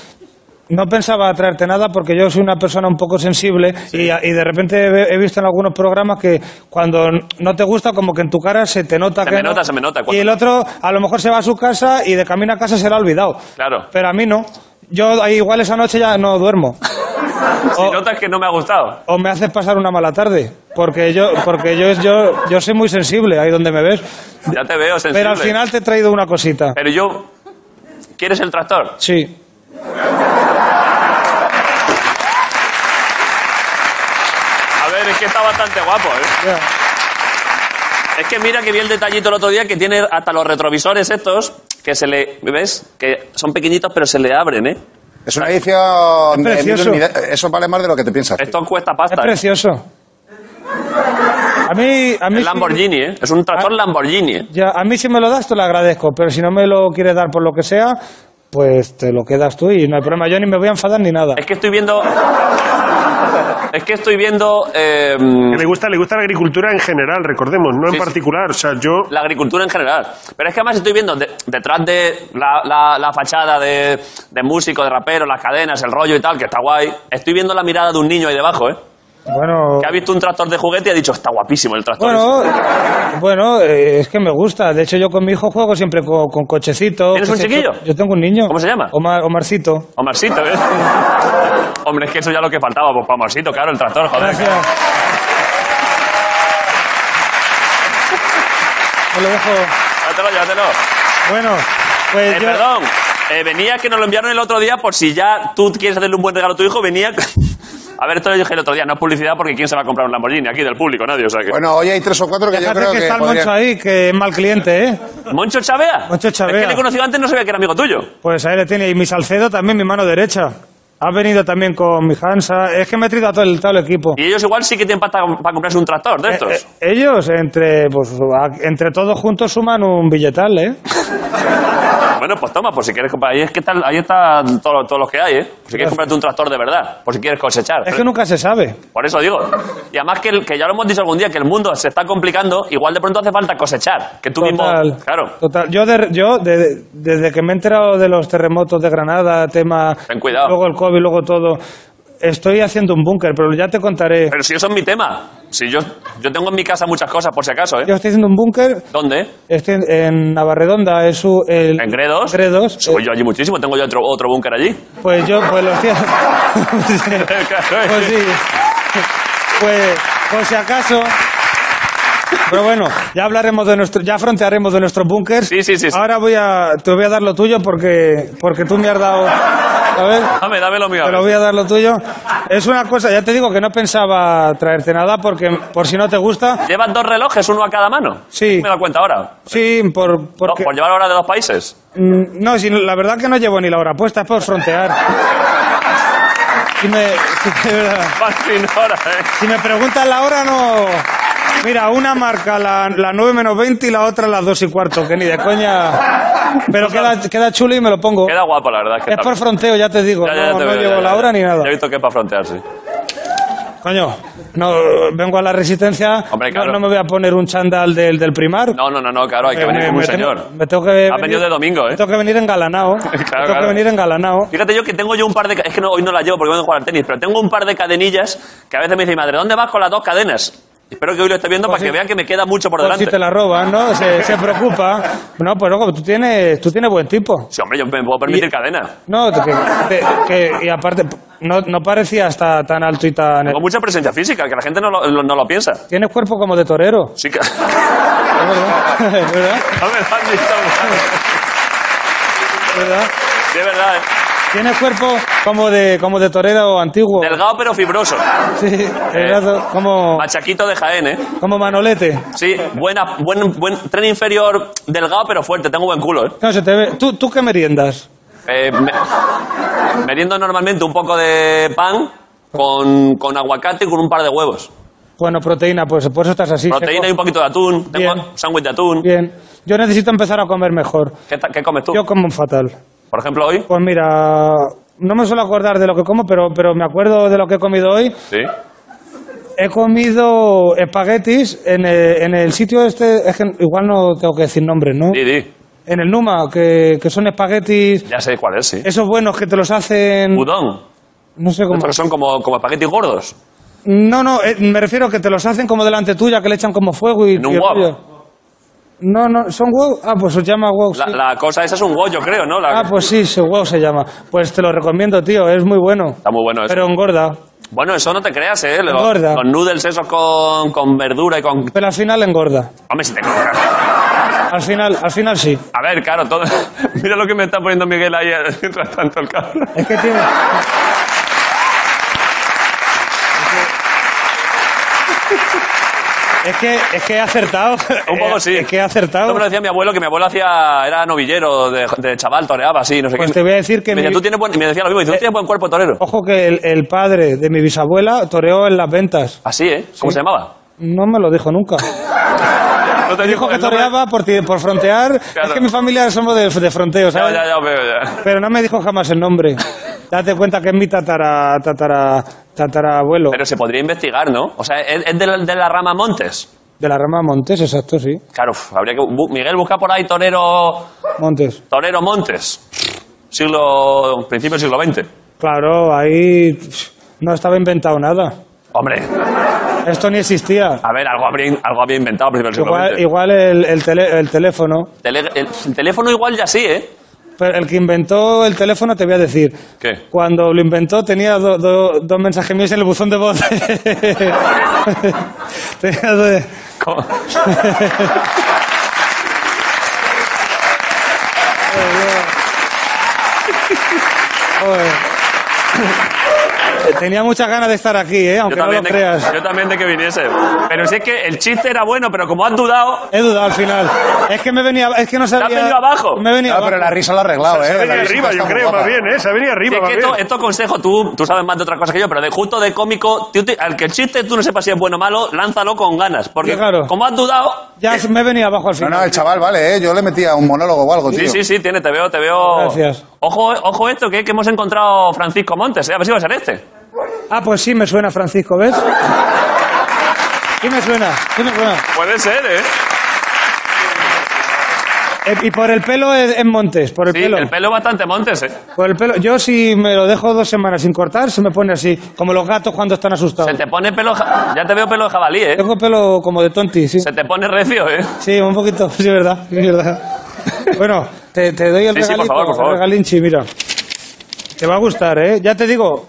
[SPEAKER 2] no pensaba traerte nada porque yo soy una persona un poco sensible y, a- y de repente ve- he visto en algunos programas que cuando n- no te gusta como que en tu cara se te nota
[SPEAKER 1] Se
[SPEAKER 2] que
[SPEAKER 1] me
[SPEAKER 2] no.
[SPEAKER 1] nota, se me nota.
[SPEAKER 2] Y el otro a lo mejor se va a su casa y de camino a casa se lo ha olvidado.
[SPEAKER 1] Claro.
[SPEAKER 2] Pero a mí no. Yo ahí igual esa noche ya no duermo. Oh.
[SPEAKER 1] Si notas que no me ha gustado.
[SPEAKER 2] O me haces pasar una mala tarde, porque yo porque yo yo yo soy muy sensible ahí donde me ves,
[SPEAKER 1] Ya te veo sensible.
[SPEAKER 2] pero al final te he traído una cosita.
[SPEAKER 1] Pero yo... ¿Quieres el tractor?
[SPEAKER 2] Sí.
[SPEAKER 1] A ver, Joder, es que está bastante guapo, ¿eh? Es que mira que vi el detallito el otro día que tiene hasta los retrovisores estos que se le. ¿Ves? Que son pequeñitos pero se le abren, ¿eh?
[SPEAKER 5] Es una edición eh, de mil
[SPEAKER 2] precioso.
[SPEAKER 5] unidades. Eso vale más de lo que te piensas.
[SPEAKER 1] Esto cuesta
[SPEAKER 2] Es
[SPEAKER 1] pasta. ¿eh?
[SPEAKER 2] precioso. A mí, a mí
[SPEAKER 1] Es
[SPEAKER 2] sí-
[SPEAKER 1] Lamborghini, ¿eh? Es un
[SPEAKER 2] Ah.
[SPEAKER 1] tractor Lamborghini. ¿eh?
[SPEAKER 2] ya, a mí si me lo das te lo agradezco, pero si no me lo quieres dar por lo que sea, pues te lo quedas tú y no hay problema. Yo ni me voy a enfadar ni nada.
[SPEAKER 1] Es que estoy viendo. Es que estoy viendo. eh,
[SPEAKER 4] Que le gusta, le gusta la agricultura en general, recordemos, no
[SPEAKER 1] Sí, sí.
[SPEAKER 4] en particular. O sea, yo
[SPEAKER 1] la agricultura en general. Pero es que además estoy viendo de- detrás de la, la- la fachada de, de músico, de rapero, las cadenas, el rollo y tal, que está guay. Estoy viendo la mirada de un niño ahí debajo, ¿eh?
[SPEAKER 2] Bueno,
[SPEAKER 1] Que ha visto un tractor de juguete y ha dicho, está guapísimo el tractor.
[SPEAKER 2] bueno, bueno, eh, es que me gusta. De hecho, yo con mi hijo juego siempre co- con, cochecito.
[SPEAKER 1] ¿Tienes un
[SPEAKER 2] cochecito.
[SPEAKER 1] chiquillo?
[SPEAKER 2] Yo tengo un niño.
[SPEAKER 1] ¿Cómo se llama?
[SPEAKER 2] Omar, Omarcito.
[SPEAKER 1] Omarcito, ¿eh? Hombre, es que eso ya lo que faltaba, pues para Omarcito, claro, el tractor, joder.
[SPEAKER 2] Gracias. Te lo dejo.
[SPEAKER 1] Llévatelo, llévatelo.
[SPEAKER 2] Bueno, pues
[SPEAKER 1] Eh,
[SPEAKER 2] yo...
[SPEAKER 1] Perdón, eh, venía que nos lo enviaron el otro día por si ya tú quieres hacerle un buen regalo a tu hijo, venía... A ver, esto lo dije el otro día, no es publicidad porque ¿quién se va a comprar un Lamborghini aquí del público? Nadie, o sea que...
[SPEAKER 5] Bueno, hoy hay tres o cuatro que yo
[SPEAKER 2] Fíjate
[SPEAKER 5] creo
[SPEAKER 2] que
[SPEAKER 5] que.
[SPEAKER 2] está el
[SPEAKER 5] podrían-
[SPEAKER 2] Moncho ahí, que es mal cliente, ¿eh?
[SPEAKER 1] ¿Moncho Chavea?
[SPEAKER 2] Moncho Chavea.
[SPEAKER 1] Es que le he conocido antes, no sabía que era amigo tuyo.
[SPEAKER 2] Pues ahí le tiene. Y mi Salcedo también, mi mano derecha. Ha venido también con mi Hansa. Es que me he traído a todo el, todo el equipo.
[SPEAKER 1] Y ellos igual sí que tienen pasta para comprarse un tractor de estos.
[SPEAKER 2] Eh, eh, ellos, entre, pues, a- entre todos juntos, suman un billetal, ¿eh?
[SPEAKER 1] Bueno, pues toma, por si quieres comprar. Ahí, es que están, ahí están todo- todos los que hay, ¿eh? Por si quieres comprarte un tractor de verdad, por si quieres cosechar.
[SPEAKER 2] Es que nunca se sabe.
[SPEAKER 1] Por eso digo. Y además que, el- que ya lo hemos dicho algún día, que el mundo se está complicando, igual de pronto hace falta cosechar. Que tú mismo... Claro,
[SPEAKER 2] Total. Yo, de- yo de- desde que me he enterado de los terremotos de Granada, tema...
[SPEAKER 1] Ten cuidado.
[SPEAKER 2] Luego el COVID, luego todo... Estoy haciendo un búnker, pero ya te contaré.
[SPEAKER 1] pero si eso es mi tema. Si yo, yo tengo en mi casa muchas cosas, por si acaso,
[SPEAKER 2] Yo
[SPEAKER 1] ¿eh?
[SPEAKER 2] estoy haciendo un búnker
[SPEAKER 1] ¿Dónde?
[SPEAKER 2] estoy en, en Navarredonda, es su... El,
[SPEAKER 1] ¿En Gredos?
[SPEAKER 2] Gredos.
[SPEAKER 1] Soy yo allí muchísimo, tengo yo otro, otro búnker allí.
[SPEAKER 2] Pues yo, pues los días. pues sí.
[SPEAKER 1] Claro,
[SPEAKER 2] Pues sí. Pues, por si acaso. Pero bueno, ya hablaremos de nuestro, ya frontearemos de nuestros búnkers.
[SPEAKER 1] Sí, sí, sí, sí.
[SPEAKER 2] Ahora voy a, te voy a dar lo tuyo porque, porque tú me has dado, ¿sabes?
[SPEAKER 1] Dame, dame lo mío.
[SPEAKER 2] Te lo voy a dar lo tuyo. Es una cosa, ya te digo que no pensaba traerte nada porque, por si no te gusta,
[SPEAKER 1] ¿Llevas dos relojes, uno a cada mano?
[SPEAKER 2] Sí.
[SPEAKER 1] Me he dado cuenta ahora.
[SPEAKER 2] sí, por,
[SPEAKER 1] No, pues
[SPEAKER 2] porque,
[SPEAKER 1] por llevar ahora de dos países.
[SPEAKER 2] Mm, No, si, la verdad que no llevo ni la hora puesta, es por frontear. Si me, si, de verdad,
[SPEAKER 1] Vas sin hora, eh.
[SPEAKER 2] si me preguntan la hora, no. Mira, una marca la, la 9 menos 20 y la otra las 2 y cuarto, que ni de coña. Pero queda, queda chulo y me lo pongo.
[SPEAKER 1] Queda guapo, la verdad. es Que
[SPEAKER 2] Es
[SPEAKER 1] está
[SPEAKER 2] por
[SPEAKER 1] bien.
[SPEAKER 2] fronteo, ya te digo.
[SPEAKER 1] Ya, ya, ya
[SPEAKER 2] no
[SPEAKER 1] te
[SPEAKER 2] no
[SPEAKER 1] veo,
[SPEAKER 2] llevo
[SPEAKER 1] ya, ya,
[SPEAKER 2] la
[SPEAKER 1] ya.
[SPEAKER 2] hora ni nada.
[SPEAKER 1] Ya he visto que es para frontearse.
[SPEAKER 2] Coño, no, vengo a la resistencia.
[SPEAKER 1] Hombre,
[SPEAKER 2] no-
[SPEAKER 1] claro.
[SPEAKER 2] no, me voy a poner un chandal del, del primar.
[SPEAKER 1] No, no, no, no, claro, hay que
[SPEAKER 2] Eh,
[SPEAKER 1] venir
[SPEAKER 2] me-
[SPEAKER 1] como un
[SPEAKER 2] me
[SPEAKER 1] señor.
[SPEAKER 2] tengo- me tengo que
[SPEAKER 1] Ha
[SPEAKER 2] venir-
[SPEAKER 1] venido de domingo, ¿eh?
[SPEAKER 2] Tengo que venir engalanao. tengo que
[SPEAKER 1] claro.
[SPEAKER 2] venir engalanao.
[SPEAKER 1] Fíjate yo que tengo yo un par de... ca- Es que no, hoy no la llevo porque vengo a jugar al tenis, pero tengo un par de cadenillas que a veces me dice mi madre, ¿dónde vas con las dos cadenas? Espero que hoy lo esté viendo para
[SPEAKER 2] si-
[SPEAKER 1] que vean que me queda mucho por
[SPEAKER 2] Pues
[SPEAKER 1] delante.
[SPEAKER 2] si te la roban, ¿no? Se, se preocupa. No, pues luego tú tienes, tú tienes buen tipo.
[SPEAKER 1] Sí, hombre, yo me puedo permitir
[SPEAKER 2] Y-
[SPEAKER 1] cadena.
[SPEAKER 2] No, te- que, te- que- y aparte, no, no parecía hasta tan alto y tan...
[SPEAKER 1] Tengo mucha presencia física, que la gente no lo, lo- no lo piensa.
[SPEAKER 2] Tienes cuerpo como de torero.
[SPEAKER 1] Sí que...
[SPEAKER 2] Es verdad. Es verdad.
[SPEAKER 1] No me lo han dicho,
[SPEAKER 2] es verdad.
[SPEAKER 1] De verdad, ¿eh?
[SPEAKER 2] Tienes cuerpo como de, como de Eh, torero antiguo.
[SPEAKER 1] Delgado pero fibroso.
[SPEAKER 2] Sí, el brazo como,
[SPEAKER 1] Machaquito de Jaén, ¿eh?
[SPEAKER 2] como Manolete.
[SPEAKER 1] Sí, buena, buen, buen tren inferior delgado pero fuerte, tengo buen culo, ¿eh?
[SPEAKER 2] No, se te ve. ¿Tú, tú qué meriendas?
[SPEAKER 1] Eh, me- meriendo normalmente un poco de pan con, con aguacate y con un par de huevos.
[SPEAKER 2] Bueno, proteína, pues por eso estás así.
[SPEAKER 1] Proteína y un
[SPEAKER 2] seco.
[SPEAKER 1] poquito de atún. Tengo
[SPEAKER 2] Bien.
[SPEAKER 1] un sándwich de atún.
[SPEAKER 2] Bien. Yo necesito empezar a comer mejor.
[SPEAKER 1] ¿Qué, ta- qué comes tú?
[SPEAKER 2] Yo como fatal.
[SPEAKER 1] Por ejemplo, hoy.
[SPEAKER 2] Pues mira, no me suelo acordar de lo que como, pero, pero me acuerdo de lo que he comido hoy.
[SPEAKER 1] Sí.
[SPEAKER 2] He comido espaguetis en el, en el sitio este, es que igual no tengo que decir nombres, ¿no?
[SPEAKER 1] Di, di.
[SPEAKER 2] En el Numa, que, que son espaguetis,
[SPEAKER 1] Ya sé cuál es, sí.
[SPEAKER 2] esos buenos que te los hacen...
[SPEAKER 1] Udon.
[SPEAKER 2] No sé cómo...
[SPEAKER 1] Estos que son como, como espaguetis gordos.
[SPEAKER 2] No, no, eh, me refiero a que te los hacen como delante tuya, que le echan como fuego y...
[SPEAKER 1] En un
[SPEAKER 2] y el
[SPEAKER 1] wok.
[SPEAKER 2] rollo. No, no, son wow. Ah, pues se llama wow.
[SPEAKER 1] La, la cosa esa es un goyo, creo, ¿no? La-
[SPEAKER 2] Ah, pues sí, se wow se llama. Pues te lo recomiendo, tío, es muy bueno.
[SPEAKER 1] Está muy bueno eso.
[SPEAKER 2] Pero engorda.
[SPEAKER 1] Bueno, eso no te creas, ¿eh? Los,
[SPEAKER 2] Engorda.
[SPEAKER 1] los noodles esos con, con verdura y con...
[SPEAKER 2] Pero al final engorda.
[SPEAKER 1] Hombre, si te...
[SPEAKER 2] Al final, al final sí.
[SPEAKER 1] A ver, claro, todo... Mira lo que me está poniendo Miguel ahí eh, mientras tanto el cabrón.
[SPEAKER 2] Es que tiene. Es que, es que he acertado.
[SPEAKER 1] Un poco sí.
[SPEAKER 2] Es que he
[SPEAKER 1] Esto
[SPEAKER 2] acertado.
[SPEAKER 1] me lo decía mi abuelo, que mi abuelo hacía, era novillero de, de chaval, toreaba así, no sé
[SPEAKER 2] Pues
[SPEAKER 1] qué.
[SPEAKER 2] te voy a decir que
[SPEAKER 1] Me, decía,
[SPEAKER 2] mi- Eh,
[SPEAKER 1] "Tú tienes buen-" me decía lo mismo, dice, tú tienes buen cuerpo torero.
[SPEAKER 2] Ojo que el, el padre de mi bisabuela toreó en las ventas.
[SPEAKER 1] Así, ¿eh? ¿Cómo se llamaba?
[SPEAKER 2] No me lo dijo nunca.
[SPEAKER 1] No te
[SPEAKER 2] Dijo que
[SPEAKER 1] el nombre.
[SPEAKER 2] toreaba por, ti- por frontear.
[SPEAKER 1] Claro.
[SPEAKER 2] Es que mi familia somos de, de fronteo,
[SPEAKER 1] Ya,
[SPEAKER 2] ¿sabes?
[SPEAKER 1] ya, ya, veo, ya.
[SPEAKER 2] Pero no me dijo jamás el nombre. Date cuenta que es mi tatara, tatara, tatarabuelo.
[SPEAKER 1] Pero se podría investigar, ¿no? O sea, es, es de, la, de la rama Montes.
[SPEAKER 2] De la rama Montes, exacto, sí.
[SPEAKER 1] Claro, uf, habría que. bu- Miguel, busca por ahí torero.
[SPEAKER 2] Montes.
[SPEAKER 1] Torero Montes. Siglo. Principio del siglo XX.
[SPEAKER 2] Claro, ahí pff, no estaba inventado nada.
[SPEAKER 1] Hombre,
[SPEAKER 2] Esto ni existía.
[SPEAKER 1] a ver, algo habría, algo había inventado a principios del siglo
[SPEAKER 2] Igual,
[SPEAKER 1] XX.
[SPEAKER 2] igual el, el tele- el teléfono.
[SPEAKER 1] Tele- el, el teléfono igual ya sí, ¿eh?
[SPEAKER 2] Pero el que inventó el teléfono, te voy a decir.
[SPEAKER 1] ¿Qué?
[SPEAKER 2] Cuando lo inventó tenía do- do- dos mensajes míos en el buzón de voz. Tenía do-
[SPEAKER 1] ¿Cómo?
[SPEAKER 2] Joder. Tenía muchas ganas de estar aquí, ¿eh? aunque no lo
[SPEAKER 1] de,
[SPEAKER 2] creas.
[SPEAKER 1] yo también de que viniese. Pero si es que el chiste era bueno, pero como has dudado,
[SPEAKER 2] He dudado al final. Es que me venía, es que no sabía.
[SPEAKER 1] venido abajo.
[SPEAKER 2] Me venía
[SPEAKER 5] No, Ah, pero la
[SPEAKER 2] abajo.
[SPEAKER 5] risa lo ha arreglado,
[SPEAKER 4] Se
[SPEAKER 5] ¿eh?
[SPEAKER 4] venía
[SPEAKER 5] La risa
[SPEAKER 4] arriba,
[SPEAKER 5] está
[SPEAKER 4] yo
[SPEAKER 5] muy
[SPEAKER 4] creo,
[SPEAKER 5] guapa.
[SPEAKER 4] más bien, ¿eh? Se venía
[SPEAKER 1] si
[SPEAKER 4] arriba,
[SPEAKER 1] es
[SPEAKER 4] más
[SPEAKER 1] que
[SPEAKER 4] bien.
[SPEAKER 1] esto, esto consejo, tú, tú sabes más de otras cosas que yo, pero de justo de cómico, tú te- al que el chiste tú no sepas si es bueno o malo, lánzalo con ganas. Porque
[SPEAKER 2] Sí, claro.
[SPEAKER 1] como has dudado.
[SPEAKER 2] Ya se- me venía abajo al
[SPEAKER 5] No,
[SPEAKER 2] final.
[SPEAKER 5] no, el chaval, vale, ¿eh? Yo le metía un monólogo o algo, tío.
[SPEAKER 1] Sí, sí, sí, tiene, te veo, te veo.
[SPEAKER 2] Gracias.
[SPEAKER 1] Ojo, ojo esto, que, que hemos encontrado Francisco Montes, ¿eh? a ver si va a ser este.
[SPEAKER 2] Ah, pues sí, me suena Francisco, ¿ves? Sí me suena, sí me suena.
[SPEAKER 1] Puede ser, ¿eh?
[SPEAKER 2] Eh, y por el pelo es- en Montes, por el
[SPEAKER 1] Sí,
[SPEAKER 2] pelo.
[SPEAKER 1] el pelo bastante Montes, ¿eh?
[SPEAKER 2] Por el pelo. Yo si me lo dejo dos semanas sin cortar, se me pone así, como los gatos cuando están asustados.
[SPEAKER 1] Se te pone pelo. ja- Ya te veo pelo de jabalí, ¿eh?
[SPEAKER 2] Tengo pelo como de tonti, sí.
[SPEAKER 1] Se te pone recio, ¿eh?
[SPEAKER 2] Sí, un poquito, sí, verdad, sí, verdad. Bueno, te, te doy el
[SPEAKER 1] Sí, sí, por
[SPEAKER 2] regalito,
[SPEAKER 1] favor, por
[SPEAKER 2] el
[SPEAKER 1] favor.
[SPEAKER 2] regalinchi, mira. Te va a gustar, ¿eh? Ya te digo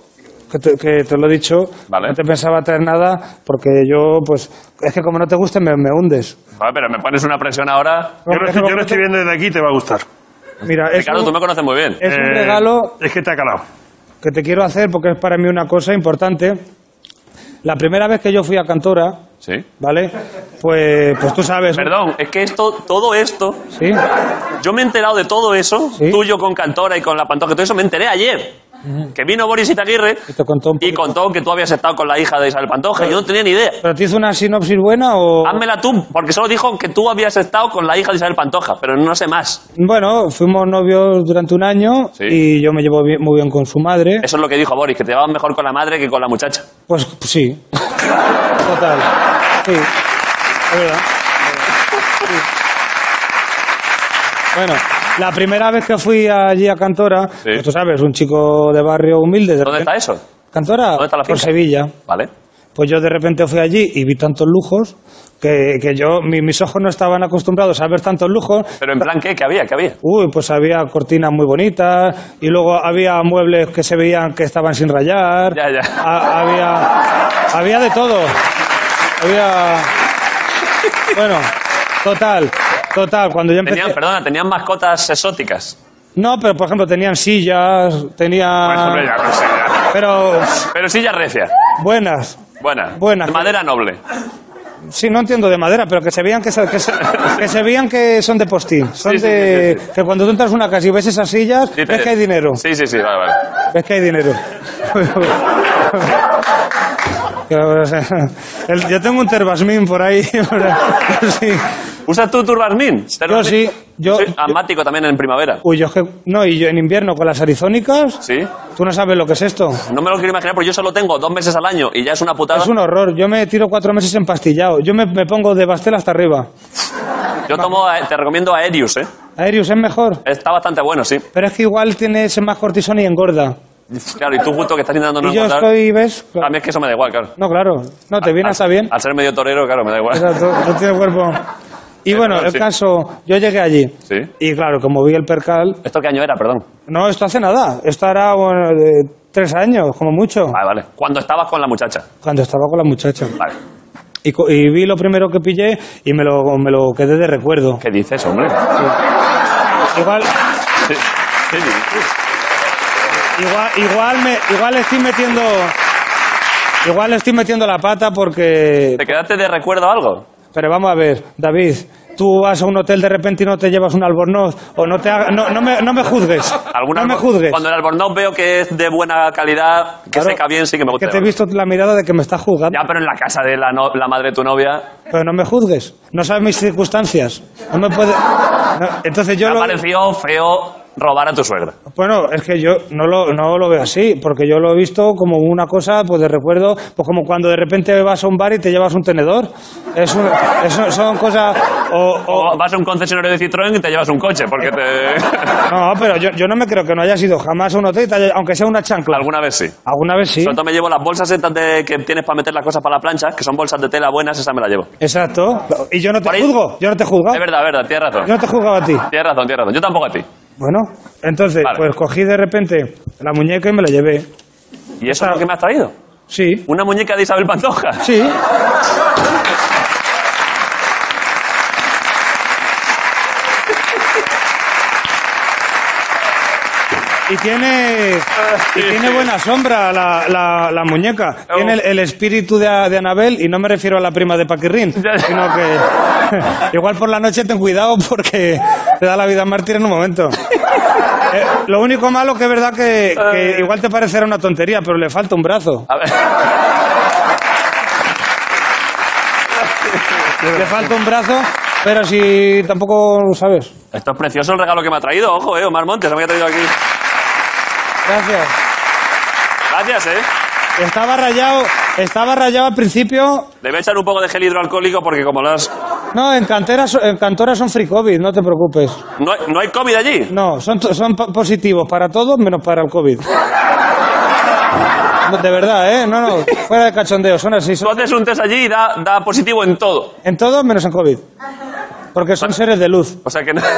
[SPEAKER 2] que te, que te lo he dicho,
[SPEAKER 1] Vale.
[SPEAKER 2] no te pensaba traer nada, porque yo, pues, es que como no te guste, me, me hundes.
[SPEAKER 1] Joder, pero me pones una presión ahora.
[SPEAKER 4] Yo lo, estoy- yo lo estoy viendo desde aquí y te va a gustar.
[SPEAKER 2] Mira, es
[SPEAKER 1] Ricardo, tú
[SPEAKER 2] un,
[SPEAKER 1] me conoces muy bien.
[SPEAKER 2] es un
[SPEAKER 4] Eh,
[SPEAKER 2] regalo
[SPEAKER 4] Es que te ha calado.
[SPEAKER 2] que te quiero hacer porque es para mí una cosa importante. La primera vez que yo fui a Cantora,
[SPEAKER 1] Sí.
[SPEAKER 2] ¿vale? Pues, pues tú sabes.
[SPEAKER 1] Perdón, es que esto, todo esto,
[SPEAKER 2] Sí.
[SPEAKER 1] yo me he enterado de todo eso,
[SPEAKER 2] Sí.
[SPEAKER 1] tuyo con Cantora y con la Pantoja, todo eso me enteré ayer. Que vino Boris Itaguirre
[SPEAKER 2] Y te contó un
[SPEAKER 1] y
[SPEAKER 2] poquito.
[SPEAKER 1] contó que tú habías estado con la hija de Isabel Pantoja. Yo no tenía ni idea.
[SPEAKER 2] ¿Pero te hizo una sinopsis buena o...?
[SPEAKER 1] Házmela tú, porque solo dijo que tú habías estado con la hija de Isabel Pantoja, pero no sé más.
[SPEAKER 2] Bueno, fuimos novios durante un año
[SPEAKER 1] Sí.
[SPEAKER 2] y yo me llevo bien- muy bien con su madre.
[SPEAKER 1] Eso es lo que dijo Boris, que te llevabas mejor con la madre que con la muchacha.
[SPEAKER 2] Pues sí. Total. Sí. Es verdad. Sí. Bueno, la primera vez que fui allí a Cantora, pues tú sabes, un chico de barrio humilde. De
[SPEAKER 1] ¿Dónde
[SPEAKER 2] repente-
[SPEAKER 1] está eso?
[SPEAKER 2] Cantora,
[SPEAKER 1] ¿Dónde está la
[SPEAKER 2] por
[SPEAKER 1] finca?
[SPEAKER 2] Sevilla.
[SPEAKER 1] Vale.
[SPEAKER 2] Pues yo de repente fui allí y vi tantos lujos que, que yo, mi- mis ojos no estaban acostumbrados a ver tantos lujos.
[SPEAKER 1] Pero en plan, ¿qué? ¿Qué había? ¿Qué había?
[SPEAKER 2] Uy, pues había cortinas muy bonitas y luego había muebles que se veían que estaban sin rayar.
[SPEAKER 1] Ya, ya.
[SPEAKER 2] Ha- había, había de todo. Había. Bueno, total, total. Cuando yo empecé.
[SPEAKER 1] Tenían, perdona, tenían mascotas exóticas.
[SPEAKER 2] No, pero por ejemplo tenían sillas, Ah.
[SPEAKER 4] Pues, hombre,
[SPEAKER 2] tenían.
[SPEAKER 4] ya, pues, sí, ya.
[SPEAKER 2] Pero
[SPEAKER 1] Pero sillas recias.
[SPEAKER 2] buenas.
[SPEAKER 1] Buena.
[SPEAKER 2] Buena.
[SPEAKER 1] De madera noble.
[SPEAKER 2] Sí, no entiendo de madera, pero que se veían que, se- que, se, que se veían que son de postín. Son
[SPEAKER 1] Sí, sí,
[SPEAKER 2] de.
[SPEAKER 1] sí, sí,
[SPEAKER 2] Que cuando tú entras a una casa y ves esas sillas,
[SPEAKER 1] Sí, te-
[SPEAKER 2] ves que hay dinero.
[SPEAKER 1] Sí, sí, sí, vale, vale.
[SPEAKER 2] Es que hay dinero. Claro, o sea, el- yo tengo un terbasmín por ahí. sí.
[SPEAKER 1] ¿Usas tú turbasmin?
[SPEAKER 2] Yo sí, yo-
[SPEAKER 1] soy asmático también en primavera.
[SPEAKER 2] Uy, yo es que. No, y yo en invierno con las arizónicas.
[SPEAKER 1] Sí.
[SPEAKER 2] Tú no sabes lo que es esto.
[SPEAKER 1] No me lo quiero imaginar porque yo solo tengo dos meses al año y ya es una putada.
[SPEAKER 2] Es un horror. Yo me tiro cuatro meses empastillado. Yo me, me pongo de pastel hasta arriba.
[SPEAKER 1] Yo tomo, a- te recomiendo Aerius, ¿eh?
[SPEAKER 2] Aerius es mejor.
[SPEAKER 1] Está bastante bueno, sí.
[SPEAKER 2] Pero es que igual tiene ese más cortisona y engorda.
[SPEAKER 1] Claro, y tú justo que estás intentando no
[SPEAKER 2] Y yo
[SPEAKER 1] encontrar-
[SPEAKER 2] estoy, ¿ves?
[SPEAKER 1] A mí es que eso me da igual, claro.
[SPEAKER 2] No, claro. No, te viene
[SPEAKER 1] Al-
[SPEAKER 2] hasta bien.
[SPEAKER 1] Al ser medio torero, claro, me da igual.
[SPEAKER 2] Exacto, no tiene cuerpo. Y bueno, el
[SPEAKER 1] Sí.
[SPEAKER 2] caso, yo llegué allí.
[SPEAKER 1] Sí.
[SPEAKER 2] Y claro, como vi el percal,
[SPEAKER 1] ¿Esto qué año era, perdón?
[SPEAKER 2] No, esto hace nada. Esto hará bueno, de tres años, como mucho.
[SPEAKER 1] Vale, vale. Cuando estabas con la muchacha.
[SPEAKER 2] Cuando estaba con la muchacha.
[SPEAKER 1] Vale.
[SPEAKER 2] Y, co- y vi lo primero que pillé y me lo, me lo quedé de recuerdo.
[SPEAKER 1] ¿Qué dices, hombre?
[SPEAKER 2] Igual,
[SPEAKER 1] Sí, sí, sí.
[SPEAKER 2] igual, igual, me, igual estoy metiendo. Igual le estoy metiendo la pata porque...
[SPEAKER 1] ¿Te quedaste de recuerdo algo?
[SPEAKER 2] Pero vamos a ver, David, tú vas a un hotel de repente y no te llevas un albornoz o no te haga- no, no me, no me juzgues.
[SPEAKER 1] ¿Alguna
[SPEAKER 2] no me
[SPEAKER 1] albo-
[SPEAKER 2] juzgues.
[SPEAKER 1] Cuando el albornoz veo que es de buena calidad, que
[SPEAKER 2] Claro,
[SPEAKER 1] seca bien, sí que me gusta.
[SPEAKER 2] Que te he
[SPEAKER 1] el
[SPEAKER 2] visto la mirada de que me estás
[SPEAKER 1] albornoz.
[SPEAKER 2] juzgando.
[SPEAKER 1] Ya, pero en la casa de la, no- la madre de tu novia,
[SPEAKER 2] Pero no me juzgues. No sabes mis circunstancias. No me puede... no, entonces yo
[SPEAKER 1] me ha
[SPEAKER 2] lo...
[SPEAKER 1] parecido feo robar a tu suegra.
[SPEAKER 2] Bueno, es que yo no lo, no lo veo así, porque yo lo he visto como una cosa, pues de recuerdo, pues como cuando de repente vas a un bar y te llevas un tenedor. Es un- es- son cosas... o- o-
[SPEAKER 1] O vas a un concesionario de Citroën y te llevas un coche, porque te...
[SPEAKER 2] No, pero yo, yo no me creo que no haya sido jamás a un hotel, y te haya- aunque sea una chancla.
[SPEAKER 1] Alguna vez sí.
[SPEAKER 2] Alguna vez sí.
[SPEAKER 1] Sobre todo me llevo las bolsas estas de- que tienes para meter las cosas para la plancha, que son bolsas de tela buenas, esas me las llevo.
[SPEAKER 2] Exacto. Y yo no te
[SPEAKER 1] Por ahí-
[SPEAKER 2] juzgo, yo no te juzgo.
[SPEAKER 1] Es verdad, es verdad, tienes
[SPEAKER 2] Oh. Yo
[SPEAKER 1] razón.
[SPEAKER 2] no te juzgaba a ti.
[SPEAKER 1] Tienes razón, tienes razón. Yo tampoco a ti.
[SPEAKER 2] Bueno, entonces,
[SPEAKER 1] Vale.
[SPEAKER 2] pues cogí de repente la muñeca y me la llevé.
[SPEAKER 1] ¿Y eso es lo que me has traído?
[SPEAKER 2] Sí,
[SPEAKER 1] ¿Una muñeca de Isabel Pantoja?
[SPEAKER 2] sí. Y tiene, y tiene buena sombra la, la- la muñeca. Tiene el, el espíritu de, de Anabel, y no me refiero a la prima de Paquirrín,
[SPEAKER 1] Ya.
[SPEAKER 2] sino que igual por la noche ten cuidado porque te da la vida mártir en un momento. Eh, lo único malo que es verdad que, que igual te parecerá una tontería, pero le falta un brazo.
[SPEAKER 1] A ver.
[SPEAKER 2] Le falta un brazo, pero si tampoco lo sabes.
[SPEAKER 1] Esto es precioso el regalo que me ha traído, ojo, eh, Omar Montes, se me ha traído aquí.
[SPEAKER 2] Gracias.
[SPEAKER 1] Gracias, eh.
[SPEAKER 2] Estaba rayado, estaba rayado al principio.
[SPEAKER 1] Debe echar un poco de gel hidroalcohólico porque como no has...
[SPEAKER 2] No, en cantera, so- en cantora son free COVID, no te preocupes.
[SPEAKER 1] No hay, no hay COVID allí.
[SPEAKER 2] No, son, to- son po- positivos para todos menos para el COVID. No, de verdad, ¿eh? No, no, fuera de cachondeo, son así.
[SPEAKER 1] Tú
[SPEAKER 2] son-
[SPEAKER 1] haces un test allí y da, da positivo en todo.
[SPEAKER 2] en todos menos en COVID. Porque son seres de luz.
[SPEAKER 1] O sea que no,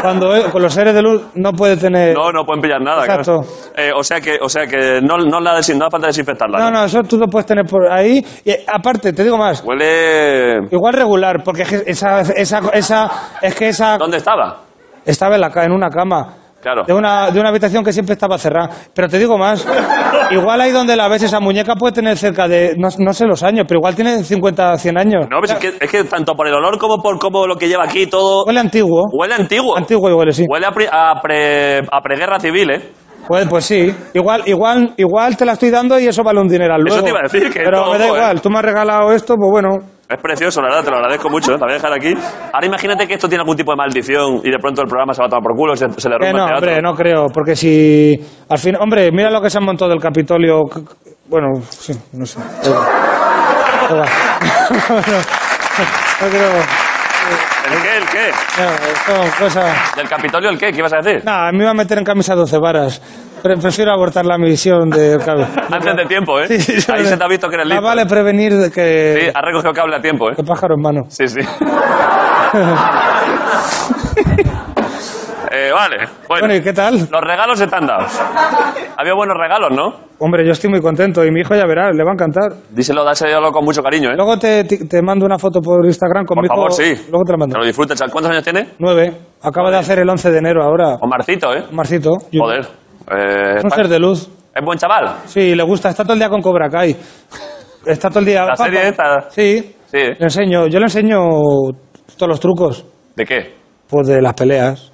[SPEAKER 2] Cuando eh, con los seres de luz no puede tener...
[SPEAKER 1] no, no pueden pillar nada. claro.
[SPEAKER 2] Exacto.
[SPEAKER 1] Eh, o sea que, o sea que no, no, la desin- no hace falta desinfectarla.
[SPEAKER 2] No, no, eso tú lo puedes tener por ahí. Y, eh, aparte, te digo más,
[SPEAKER 1] Huele...
[SPEAKER 2] igual regular, porque es que esa, esa, esa, es que esa
[SPEAKER 1] ¿Dónde estaba?
[SPEAKER 2] estaba en, la, ca- en una cama.
[SPEAKER 1] Claro.
[SPEAKER 2] De una, de una habitación que siempre estaba cerrada. Pero te digo más, igual ahí donde la ves, esa muñeca puede tener cerca de, no, no sé los años, pero igual tiene 50, 100 años.
[SPEAKER 1] No, pues es, que, es que tanto por el olor como por cómo lo que lleva aquí todo...
[SPEAKER 2] Huele antiguo.
[SPEAKER 1] Huele antiguo.
[SPEAKER 2] Antiguo y huele, sí.
[SPEAKER 1] Huele a, pre- a pre- a preguerra civil, ¿eh?
[SPEAKER 2] Pues, pues sí, igual, igual, igual te la estoy dando y eso vale un dineral
[SPEAKER 1] Eso
[SPEAKER 2] luego.
[SPEAKER 1] te iba a decir, que
[SPEAKER 2] Pero
[SPEAKER 1] no,
[SPEAKER 2] me da
[SPEAKER 1] joder.
[SPEAKER 2] igual, tú me has regalado esto, pues bueno.
[SPEAKER 1] Es precioso, la verdad, te lo agradezco mucho. ¿eh? Te voy a dejar aquí. Ahora imagínate que esto tiene algún tipo de maldición y de pronto el programa se va a tomar por culo, se, se derrumba
[SPEAKER 2] Que Eh, no,
[SPEAKER 1] el teatro.
[SPEAKER 2] hombre, no creo, porque si al fin, hombre, mira lo que se han montado del Capitolio. c- c- Bueno, sí, no sé. Da igual. Da igual. no, creo.
[SPEAKER 1] ¿El qué? ¿El qué?
[SPEAKER 2] No, son cosas.
[SPEAKER 1] ¿Del Capitolio el qué? ¿Qué ibas a decir?
[SPEAKER 2] Nada, me iba a meter en camisa 12 varas. Pre- Prefiero abortar la misión de Capitolio.
[SPEAKER 1] Antes de tiempo, ¿eh?
[SPEAKER 2] Sí, sí,
[SPEAKER 1] Ahí
[SPEAKER 2] sí.
[SPEAKER 1] se te ha visto que eres
[SPEAKER 2] Más
[SPEAKER 1] listo. ¿eh?
[SPEAKER 2] vale prevenir de
[SPEAKER 1] Sí,
[SPEAKER 2] que,
[SPEAKER 1] has recogido cable a tiempo, ¿eh?
[SPEAKER 2] que pájaro en mano.
[SPEAKER 1] Sí, sí. Eh, vale, bueno.
[SPEAKER 2] Bueno, ¿y qué tal?
[SPEAKER 1] Los regalos están dados. Había buenos regalos, ¿no?
[SPEAKER 2] Hombre, yo estoy muy contento y mi hijo ya verá, le va a encantar.
[SPEAKER 1] Díselo, dáselo con mucho cariño, ¿eh?
[SPEAKER 2] Luego te, te- te mando una foto por Instagram con
[SPEAKER 1] Por
[SPEAKER 2] mi hijo.
[SPEAKER 1] favor, sí.
[SPEAKER 2] Luego te la mando.
[SPEAKER 1] Que lo disfrutes. ¿Cuántos años tiene?
[SPEAKER 2] Nueve. Acaba de hacer el 11 de enero ahora.
[SPEAKER 1] Omarcito, ¿eh?
[SPEAKER 2] Marcito.
[SPEAKER 1] Joder. Eh,
[SPEAKER 2] Es un ser de luz.
[SPEAKER 1] Es buen chaval.
[SPEAKER 2] Sí, le gusta. Está todo el día con Cobra Kai. Está todo el día.
[SPEAKER 1] La serie esta.
[SPEAKER 2] Sí.
[SPEAKER 1] Sí. ¿eh?
[SPEAKER 2] Le enseño, yo le enseño todos los trucos.
[SPEAKER 1] ¿De qué?
[SPEAKER 2] Pues de las peleas.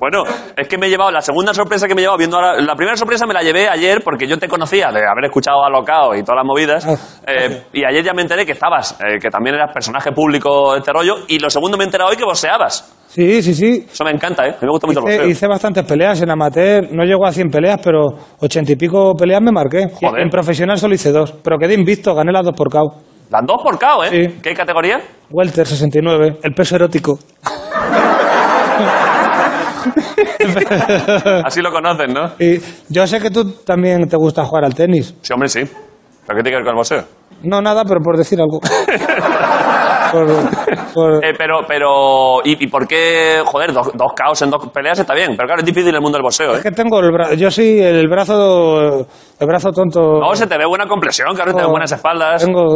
[SPEAKER 1] Bueno, es que me he llevado la segunda sorpresa que me he llevado viendo ahora. La primera sorpresa me la llevé ayer porque yo te conocía de haber escuchado a Locao y todas las movidas.
[SPEAKER 2] Ah,
[SPEAKER 1] eh, y ayer ya me enteré que estabas, eh, que también eras personaje público de este rollo. Y lo segundo me he enterado hoy que boxeabas.
[SPEAKER 2] Sí, sí, sí.
[SPEAKER 1] Eso me encanta, ¿eh? A mí me gusta mucho el
[SPEAKER 2] Hice,
[SPEAKER 1] boxeo.
[SPEAKER 2] hice bastantes peleas en amateur. No llego a 100 peleas, pero 80 y pico peleas me marqué.
[SPEAKER 1] Joder.
[SPEAKER 2] En profesional solo hice dos. Pero quedé invicto, gané las dos por KO.
[SPEAKER 1] Las dos por KO, ¿eh?
[SPEAKER 2] Sí.
[SPEAKER 1] ¿Qué categoría?
[SPEAKER 2] Welter 69, el peso erótico. Ah.
[SPEAKER 1] Así lo conocen, ¿no?
[SPEAKER 2] Y yo sé que tú también te gusta jugar al tenis.
[SPEAKER 1] Sí, hombre, sí. ¿Pero qué tiene que ver con el boxeo?
[SPEAKER 2] No, nada, pero por decir algo. Por- por-
[SPEAKER 1] Eh, pero, pero, ¿y, y por qué, joder, dos, dos caos en dos peleas está bien? Pero claro, es difícil el mundo del boxeo,
[SPEAKER 2] Es
[SPEAKER 1] ¿eh?
[SPEAKER 2] que tengo el brazo. Yo sí, el brazo. El brazo tonto.
[SPEAKER 1] No, se te ve buena complexión, claro, te
[SPEAKER 2] Tengo-
[SPEAKER 1] ves buenas espaldas.
[SPEAKER 2] Tengo.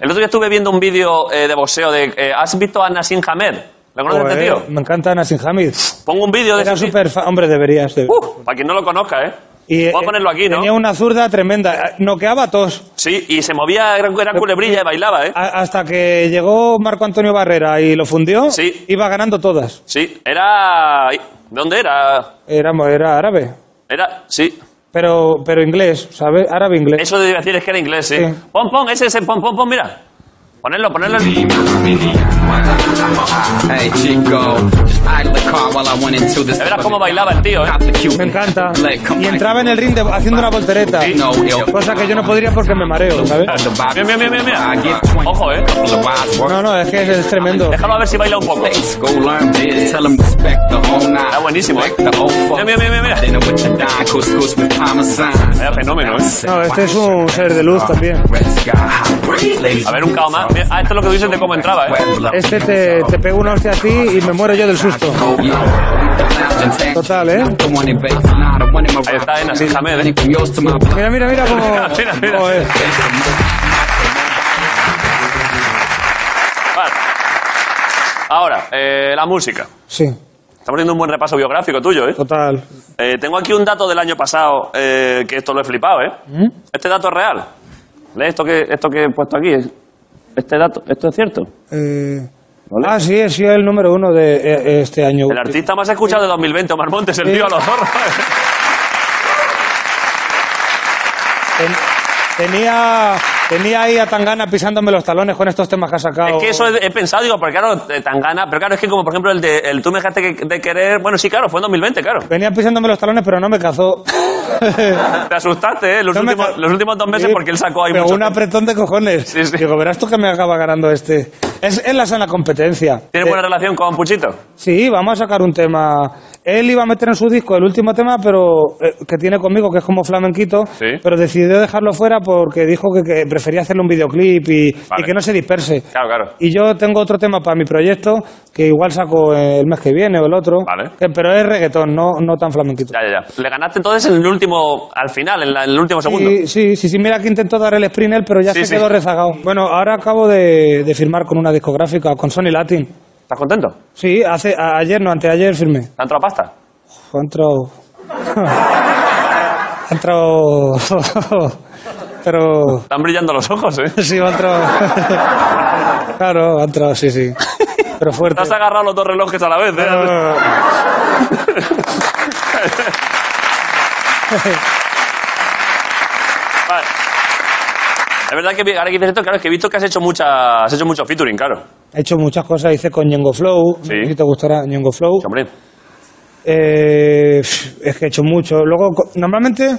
[SPEAKER 1] El otro día estuve viendo un vídeo eh, de boxeo de... eh, ¿Has visto a Nassim Hamed? ¿Lo conoces este
[SPEAKER 2] Joder,
[SPEAKER 1] tío?
[SPEAKER 2] me encanta Nassim Hamid.
[SPEAKER 1] Pongo un vídeo de
[SPEAKER 2] Era
[SPEAKER 1] ese tío.
[SPEAKER 2] súper. fa- Hombre, deberías. de-
[SPEAKER 1] Uf, para quien no lo conozca, ¿eh?
[SPEAKER 2] Y,
[SPEAKER 1] Voy a ponerlo aquí, ¿no?
[SPEAKER 2] Tenía una zurda tremenda. eh, Noqueaba a todos.
[SPEAKER 1] Sí, y se movía, era, era culebrilla y bailaba, ¿eh?
[SPEAKER 2] A- hasta que llegó Marco Antonio Barrera y lo fundió,
[SPEAKER 1] Sí.
[SPEAKER 2] iba ganando todas.
[SPEAKER 1] Sí, era... ¿Dónde era?
[SPEAKER 2] Era, mo- era árabe,
[SPEAKER 1] Era... Sí.
[SPEAKER 2] pero, pero inglés, ¿sabes? Árabe-inglés.
[SPEAKER 1] Eso de decir es que era inglés, sí.
[SPEAKER 2] Sí.
[SPEAKER 1] Pon, pon, ese, ese, pon, pon, pon, mira. Ponerlo, ponerlo.
[SPEAKER 7] Hey Chico, just idle the car while I went into this.
[SPEAKER 1] De veras cómo bailaba el tío, ¿eh?
[SPEAKER 7] Cop the Cuban.
[SPEAKER 2] Me encanta.
[SPEAKER 7] Leg, come
[SPEAKER 2] Y
[SPEAKER 7] back.
[SPEAKER 2] entraba en el ring de- haciendo una voltereta.
[SPEAKER 7] No ill.
[SPEAKER 2] Cosa que yo no podría porque me mareo, ¿sabes?
[SPEAKER 1] Mira, mira, mira, mira, mira. Ojo, ¿eh?
[SPEAKER 2] No, no, es que es, es tremendo.
[SPEAKER 1] Déjalo a ver si baila un poco.
[SPEAKER 7] States, go learn this. Tell 'em respect the whole nine.
[SPEAKER 1] Está buenísimo, ¿eh?
[SPEAKER 7] Respect the whole fuck.
[SPEAKER 1] Mira, mira, mira, mira.
[SPEAKER 7] Dinner with the dime, couscous with parmesan.
[SPEAKER 1] Vaya fenómeno, ¿eh?
[SPEAKER 2] No, este es un ser de luz también.
[SPEAKER 7] Red sky, hot breeze, ladies.
[SPEAKER 1] A ver, un cao más. Mira, Ah, esto es lo que dices de cómo entraba, ¿eh?
[SPEAKER 2] Este te, te pega una hostia a ti y me muero yo del susto. Total, ¿eh?
[SPEAKER 1] Ahí está, en así, Jamed, ¿eh?
[SPEAKER 2] Mira, mira, mira cómo...
[SPEAKER 1] Mira, mira.
[SPEAKER 2] cómo es.
[SPEAKER 1] Vale. Ahora, eh, la música.
[SPEAKER 2] Sí,
[SPEAKER 1] Estamos haciendo un buen repaso biográfico tuyo, ¿eh?
[SPEAKER 2] total.
[SPEAKER 1] Eh, Tengo aquí un dato del año pasado, eh, que esto lo he flipado, ¿eh?
[SPEAKER 2] ¿Mm?
[SPEAKER 1] Este dato es real. Lee esto que, esto que he puesto aquí. Este dato, ¿esto es cierto?
[SPEAKER 2] Eh, Ah, sí, he sido el número uno de eh, este año.
[SPEAKER 1] El artista más escuchado de 2020, Omar Montes, el tío a ¿eh? los zorros.
[SPEAKER 2] Ten- tenía, tenía ahí a Tangana pisándome los talones con estos temas que ha sacado.
[SPEAKER 1] Es que eso he, he pensado, digo, porque claro, de Tangana, pero claro, es que como por ejemplo el de el tú me dejaste que- de querer, bueno, sí, claro, fue en 2020, claro.
[SPEAKER 2] Venía pisándome los talones, pero no me cazó.
[SPEAKER 1] Te asustaste, ¿eh? Los,
[SPEAKER 2] No me
[SPEAKER 1] últimos,
[SPEAKER 2] ca-
[SPEAKER 1] los últimos dos meses
[SPEAKER 2] Sí,
[SPEAKER 1] porque él sacó ahí
[SPEAKER 2] pero
[SPEAKER 1] mucho.
[SPEAKER 2] un apretón de cojones.
[SPEAKER 1] Sí, sí.
[SPEAKER 2] Digo, verás tú que me acaba ganando este. Es, es la sana competencia.
[SPEAKER 1] ¿Tienes
[SPEAKER 2] Eh,
[SPEAKER 1] buena relación con Puchito?
[SPEAKER 2] Sí, vamos a sacar un tema. Él iba a meter en su disco el último tema, pero eh, que tiene conmigo, que es como flamenquito,
[SPEAKER 1] Sí.
[SPEAKER 2] pero decidió dejarlo fuera porque dijo que, que prefería hacerle un videoclip y,
[SPEAKER 1] Vale.
[SPEAKER 2] y que no se disperse.
[SPEAKER 1] Claro, claro.
[SPEAKER 2] Y yo tengo otro tema para mi proyecto, que igual saco el mes que viene o el otro,
[SPEAKER 1] Vale.
[SPEAKER 2] que- pero es reggaetón, no, no tan flamenquito.
[SPEAKER 1] Ya, ya, ya. Le ganaste entonces en el último, al final, en, la- en el último segundo.
[SPEAKER 2] Sí, sí, sí, sí, mira que intentó dar el sprint él, pero ya
[SPEAKER 1] Sí,
[SPEAKER 2] se
[SPEAKER 1] sí.
[SPEAKER 2] quedó rezagado. Bueno, ahora acabo de, de firmar con una discográfica, con Sony Latin.
[SPEAKER 1] ¿Estás contento?
[SPEAKER 2] Sí, hace, a- ayer, no, anteayer firmé.
[SPEAKER 1] ¿Te ha entrado pasta?
[SPEAKER 2] Uf, Ha entrado. ha entrado. pero.
[SPEAKER 1] Están brillando los ojos, ¿eh?
[SPEAKER 2] Sí, ha entrado. claro, ha entrado, sí, sí. Pero
[SPEAKER 1] Te
[SPEAKER 2] fuerte.
[SPEAKER 1] has agarrado los dos relojes a la vez, ¿eh?
[SPEAKER 2] Pero-
[SPEAKER 1] Vale. Es verdad que ahora que dices esto, claro, es que he visto que has hecho mucha, has hecho mucho featuring, claro.
[SPEAKER 2] He hecho muchas cosas, hice con Ñengo Flow, no
[SPEAKER 1] Sí.
[SPEAKER 2] sé si te gustará Ñengo Flow.
[SPEAKER 1] Sí, Hombre,
[SPEAKER 2] Eh, es que he hecho mucho. Luego, co- normalmente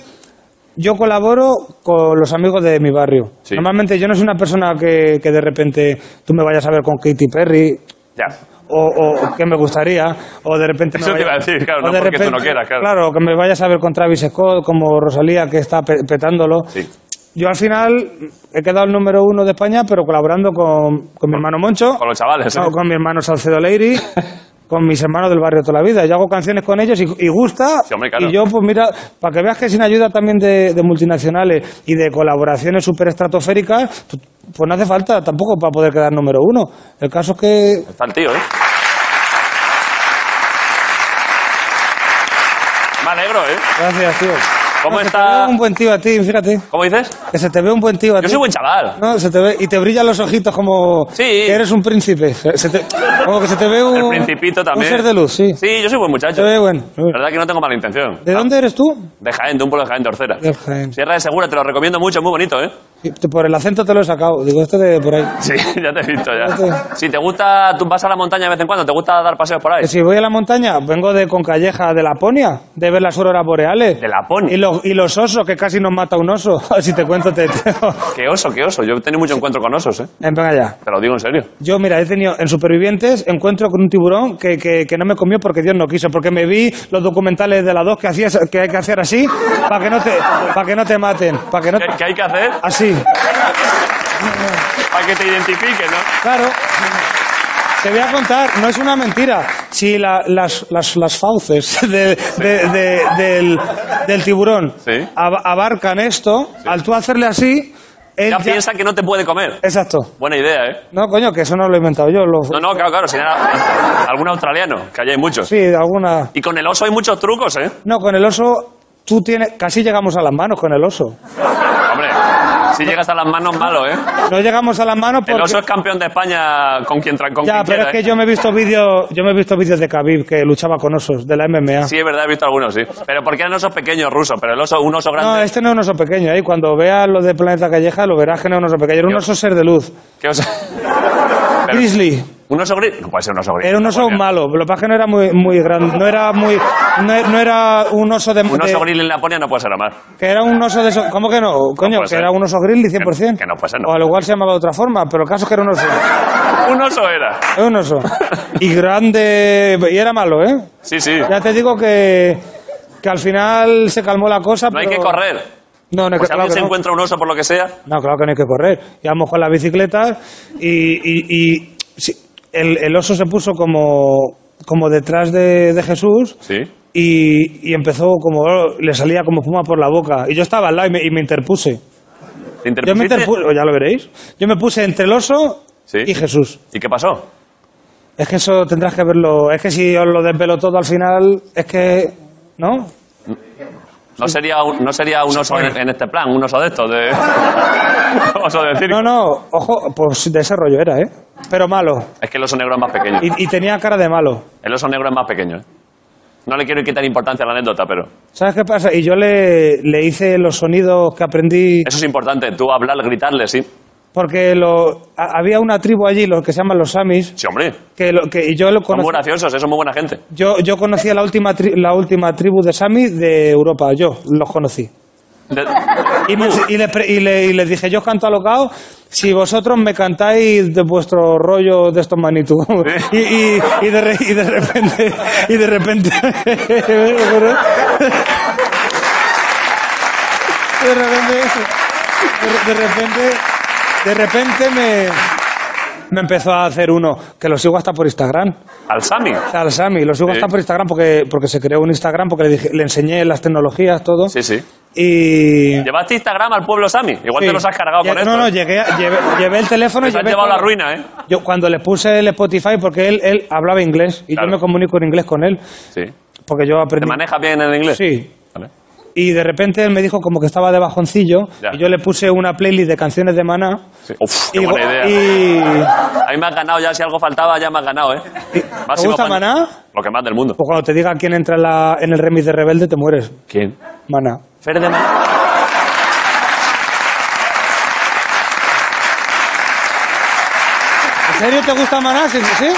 [SPEAKER 2] yo colaboro con los amigos de mi barrio.
[SPEAKER 1] Sí.
[SPEAKER 2] Normalmente yo no soy una persona que, que de repente tú me vayas a ver con Katy Perry
[SPEAKER 1] ya.
[SPEAKER 2] o, o que me gustaría, o de repente... me
[SPEAKER 1] Eso te
[SPEAKER 2] vaya-
[SPEAKER 1] iba a decir, claro,
[SPEAKER 2] o
[SPEAKER 1] no
[SPEAKER 2] de
[SPEAKER 1] porque tú no quieras, claro.
[SPEAKER 2] que me vayas a ver con Travis Scott, como Rosalía, que está pe- petándolo.
[SPEAKER 1] Sí.
[SPEAKER 2] Yo al final he quedado el número uno de España, pero colaborando con, con mi hermano Moncho,
[SPEAKER 1] Con los chavales, ¿eh?
[SPEAKER 2] no, con mi hermano Salcedo Leiri, con mis hermanos del barrio toda la vida. Yo hago canciones con ellos y, y gusta.
[SPEAKER 1] Sí, hombre, claro.
[SPEAKER 2] Y yo, pues mira, para que veas que sin ayuda también de, de multinacionales y de colaboraciones súper estratosféricas, tú- pues no hace falta tampoco para poder quedar número uno. El caso es que
[SPEAKER 1] Está el tío, ¿eh? Me alegro, ¿eh?
[SPEAKER 2] Gracias, tío.
[SPEAKER 1] ¿Cómo
[SPEAKER 2] se
[SPEAKER 1] está?
[SPEAKER 2] te ve un buen tío a ti, fíjate.
[SPEAKER 1] ¿Cómo dices?
[SPEAKER 2] Que se te ve un buen tío a ti.
[SPEAKER 1] Yo soy buen chaval.
[SPEAKER 2] No, se te ve y te brillan los ojitos como
[SPEAKER 1] Sí.
[SPEAKER 2] que eres un príncipe. Se- se te- como que se te ve un
[SPEAKER 1] El principito también.
[SPEAKER 2] Un ser de luz, sí.
[SPEAKER 1] Sí, yo soy buen muchacho.
[SPEAKER 2] Se ve bueno.
[SPEAKER 1] La verdad que no tengo mala intención.
[SPEAKER 2] ¿De dónde eres tú?
[SPEAKER 1] De Jaén, de un pueblo de Jaén, de Orcera.
[SPEAKER 2] Del Jaén.
[SPEAKER 1] Sierra de Segura, te lo recomiendo mucho, es muy bonito, ¿eh?
[SPEAKER 2] Sí, te- Por el acento te lo he sacado. Digo, este de por ahí.
[SPEAKER 1] Sí, ya te he visto ya. Si te gusta, tú vas a la montaña de vez en cuando, ¿te gusta dar paseos por ahí?
[SPEAKER 2] Que si voy a la montaña, vengo de Concalleja, de Laponia, de ver las auroras boreales.
[SPEAKER 1] De Laponia.
[SPEAKER 2] Y, los- y los osos, que casi nos mata un oso. si te cuento, te... te-
[SPEAKER 1] Qué oso, qué oso. Yo he tenido mucho encuentro con osos, ¿eh?
[SPEAKER 2] Venga ya.
[SPEAKER 1] Te lo digo en serio.
[SPEAKER 2] Yo, mira, he tenido en Supervivientes encuentro con un tiburón que, que, que no me comió porque Dios no quiso, porque me vi los documentales de la 2 que, hacías, que hay que hacer así para que, no te, para que no te maten, para que no
[SPEAKER 1] ¿Qué,
[SPEAKER 2] te-
[SPEAKER 1] qué hay que hacer
[SPEAKER 2] Así,
[SPEAKER 1] para que te identifiquen, no?
[SPEAKER 2] claro. Te voy a contar, no es una mentira. Si la- las, las, las fauces de- de- de- del, del tiburón
[SPEAKER 1] Sí.
[SPEAKER 2] ab- abarcan esto, al tú hacerle así, él
[SPEAKER 1] Ya
[SPEAKER 2] ya-
[SPEAKER 1] piensa que no te puede comer.
[SPEAKER 2] Exacto.
[SPEAKER 1] Buena idea, ¿eh?
[SPEAKER 2] No, coño, que eso no lo he inventado yo. Lo...
[SPEAKER 1] No, no, claro, claro. Si era algún australiano, que allí hay muchos.
[SPEAKER 2] Sí, de alguna...
[SPEAKER 1] Y con el oso hay muchos trucos, ¿eh?
[SPEAKER 2] No, con el oso tú tienes... Casi llegamos a las manos con el oso.
[SPEAKER 1] Hombre, si llegas a las manos, malo, ¿eh?
[SPEAKER 2] No llegamos a las manos porque...
[SPEAKER 1] El oso es campeón de España con quien, tra- con
[SPEAKER 2] Ya,
[SPEAKER 1] quien
[SPEAKER 2] pero es
[SPEAKER 1] quiera,
[SPEAKER 2] que
[SPEAKER 1] ¿eh?
[SPEAKER 2] yo me he visto vídeos, yo me he visto vídeos de Khabib que luchaba con osos de la MMA.
[SPEAKER 1] Sí, es verdad, he visto algunos, sí. Pero porque eran osos pequeños rusos, pero el oso, un oso grande.
[SPEAKER 2] no, este no es un oso pequeño, ¿eh? cuando veas lo de Planeta Calleja lo verás que no es un oso pequeño, era un
[SPEAKER 1] Yo-
[SPEAKER 2] oso ser de luz.
[SPEAKER 1] ¿Qué oso? Pero-
[SPEAKER 2] Grizzly,
[SPEAKER 1] ¿Un oso gris? No puede ser un oso gris.
[SPEAKER 2] era un oso
[SPEAKER 1] Coño.
[SPEAKER 2] malo, lo que pasa es que no era muy, muy grande, no era muy, no, e- no era un oso de...
[SPEAKER 1] Un
[SPEAKER 2] de-
[SPEAKER 1] oso gris en Laponia no puede ser amar.
[SPEAKER 2] que era un oso de... eso- ¿Cómo que no? Coño,
[SPEAKER 1] puede
[SPEAKER 2] que
[SPEAKER 1] ser.
[SPEAKER 2] era un oso grizzly 100%.
[SPEAKER 1] Que no puede ser, no.
[SPEAKER 2] O a lo igual se llamaba de otra forma, pero el caso es que era un oso.
[SPEAKER 1] Un oso era.
[SPEAKER 2] Era un oso. Y grande... Y era malo, ¿eh?
[SPEAKER 1] Sí, sí.
[SPEAKER 2] Ya te digo que, que al final se calmó la cosa.
[SPEAKER 1] No hay
[SPEAKER 2] pero-
[SPEAKER 1] que correr.
[SPEAKER 2] No, no hay
[SPEAKER 1] Pues si
[SPEAKER 2] que, claro
[SPEAKER 1] alguien
[SPEAKER 2] que
[SPEAKER 1] se
[SPEAKER 2] no.
[SPEAKER 1] encuentra un oso por lo que sea,
[SPEAKER 2] No, claro que no hay que correr. Íbamos con la bicicleta y, y- y- sí, el, el oso se puso como, como detrás de, de Jesús.
[SPEAKER 1] Sí.
[SPEAKER 2] Y, y empezó como le salía como espuma por la boca y yo estaba al lado y me, y me interpuse
[SPEAKER 1] te
[SPEAKER 2] yo me
[SPEAKER 1] interpusiste.
[SPEAKER 2] interpuse ya lo veréis yo me puse entre el oso
[SPEAKER 1] Sí.
[SPEAKER 2] y Jesús
[SPEAKER 1] ¿Y qué pasó?
[SPEAKER 2] es que eso tendrás que verlo es que si os lo desvelo todo al final es que no
[SPEAKER 1] No sería un, no sería un oso en, en este plan, un oso de estos, de. oso de circo.
[SPEAKER 2] No, no, ojo, pues de ese rollo era, ¿eh? Pero malo.
[SPEAKER 1] Es que el oso negro es más pequeño.
[SPEAKER 2] Y, y tenía cara de malo.
[SPEAKER 1] El oso negro es más pequeño. ¿eh? No le quiero quitar importancia a la anécdota, pero
[SPEAKER 2] ¿Sabes qué pasa? Y yo le, le hice los sonidos que aprendí.
[SPEAKER 1] eso es importante. Tú hablar, gritarle, sí.
[SPEAKER 2] Porque lo, a- había una tribu allí, los que se llaman los Samis,
[SPEAKER 1] Sí, hombre.
[SPEAKER 2] que, lo, que y yo, lo
[SPEAKER 1] Son muy
[SPEAKER 2] conocí,
[SPEAKER 1] graciosos, eh, son muy buena gente.
[SPEAKER 2] yo, yo conocía la última, tri- la última tribu de Samis de Europa. Yo los conocí.
[SPEAKER 1] De-
[SPEAKER 2] Y, me- y le, pre- y le- y les dije, yo os canto alocado si vosotros me cantáis de vuestro rollo de estos manitú. Y, y- y de, re- y de repente... Y de repente... De repente... De, de repente... De repente me... Me empezó a hacer uno, que lo sigo hasta por Instagram.
[SPEAKER 1] Al Sami.
[SPEAKER 2] Al Sami, lo sigo
[SPEAKER 1] Sí.
[SPEAKER 2] hasta por Instagram porque, porque se creó un Instagram, porque le, dije- le enseñé las tecnologías, todo.
[SPEAKER 1] Sí, sí.
[SPEAKER 2] Y...
[SPEAKER 1] Llevaste Instagram al pueblo Sami. Igual te
[SPEAKER 2] Sí.
[SPEAKER 1] los has cargado
[SPEAKER 2] Lle-
[SPEAKER 1] con esto.
[SPEAKER 2] No, no, llegué a- llevé, llevé el teléfono.
[SPEAKER 1] Te has
[SPEAKER 2] llevé
[SPEAKER 1] llevado
[SPEAKER 2] todo.
[SPEAKER 1] la ruina, ¿eh?
[SPEAKER 2] Yo cuando le puse el Spotify, porque él, él hablaba inglés y
[SPEAKER 1] Claro.
[SPEAKER 2] yo me comunico en inglés con él,
[SPEAKER 1] Sí.
[SPEAKER 2] porque yo
[SPEAKER 1] ¿Te
[SPEAKER 2] aprendí.
[SPEAKER 1] manejas bien en inglés?
[SPEAKER 2] Sí.
[SPEAKER 1] Vale.
[SPEAKER 2] Y de repente él me dijo como que estaba de bajoncillo
[SPEAKER 1] Ya.
[SPEAKER 2] y yo le puse una playlist de canciones de Maná.
[SPEAKER 1] Sí. Uf, qué
[SPEAKER 2] y,
[SPEAKER 1] buena idea.
[SPEAKER 2] y-
[SPEAKER 1] A mí me has ganado ya, si algo faltaba ya me has ganado, ¿eh?
[SPEAKER 2] y- ¿Te gusta
[SPEAKER 1] fan-
[SPEAKER 2] Maná?
[SPEAKER 1] Lo que más del mundo.
[SPEAKER 2] Pues cuando te diga quién entra en, la- en el remix de Rebelde te mueres.
[SPEAKER 1] ¿Quién?
[SPEAKER 2] Maná.
[SPEAKER 1] Fer de Maná.
[SPEAKER 2] ¿En serio te gusta Maná? Sí, sí, sí.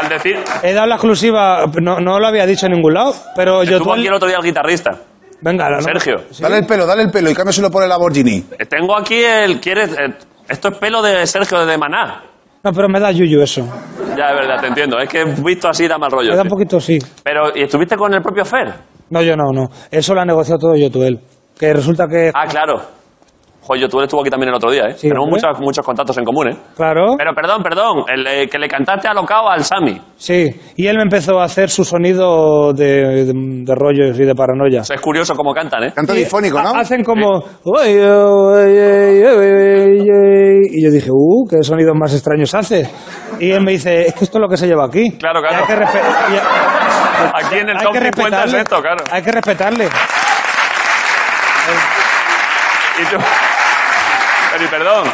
[SPEAKER 1] Al decir,
[SPEAKER 2] He dado la exclusiva, no, no lo había dicho en ningún lado, pero yo...
[SPEAKER 1] estuvo aquí el otro día el guitarrista.
[SPEAKER 2] Venga, no-
[SPEAKER 1] Sergio.
[SPEAKER 5] Dale el pelo, dale el pelo y cámbiaselo por el Lamborghini.
[SPEAKER 1] Eh, Tengo aquí el... ¿Quieres...? eh, esto es pelo de Sergio de Maná.
[SPEAKER 2] No, pero me da yuyu eso.
[SPEAKER 1] Ya, es verdad, te entiendo. Es que visto así da mal rollo.
[SPEAKER 2] Me da
[SPEAKER 1] sí.
[SPEAKER 2] un poquito, sí.
[SPEAKER 1] Pero, ¿y estuviste con el propio Fer?
[SPEAKER 2] No, yo no, no. Eso lo ha negociado todo yo, tú, él. Que resulta que.
[SPEAKER 1] Ah, claro. Joder, tú estuvo aquí también el otro día, ¿eh?
[SPEAKER 2] Sí,
[SPEAKER 1] Tenemos
[SPEAKER 2] hombre.
[SPEAKER 1] muchos, muchos contactos en común, ¿eh?
[SPEAKER 2] claro.
[SPEAKER 1] Pero perdón, perdón, el eh, que le cantaste alocado al Sami.
[SPEAKER 2] Sí. Y él me empezó a hacer su sonido de, de, de rollos y de paranoia.
[SPEAKER 1] O sea, es curioso cómo cantan, ¿eh?
[SPEAKER 5] Canto
[SPEAKER 2] Y
[SPEAKER 5] difónico, ¿no?
[SPEAKER 2] ha- Hacen como. "Oye, oye, oye, oye". Y yo dije, uh, qué sonidos más extraños hace. Y él me dice, es que esto es lo que se lleva aquí.
[SPEAKER 1] Claro, claro.
[SPEAKER 2] Y Hay que, respe- y ha-
[SPEAKER 1] Aquí en el
[SPEAKER 2] hay
[SPEAKER 1] top 50
[SPEAKER 2] que
[SPEAKER 1] es
[SPEAKER 2] respetarle.
[SPEAKER 1] esto, claro.
[SPEAKER 2] Hay que respetarle.
[SPEAKER 1] Y tú- Pero, y perdón,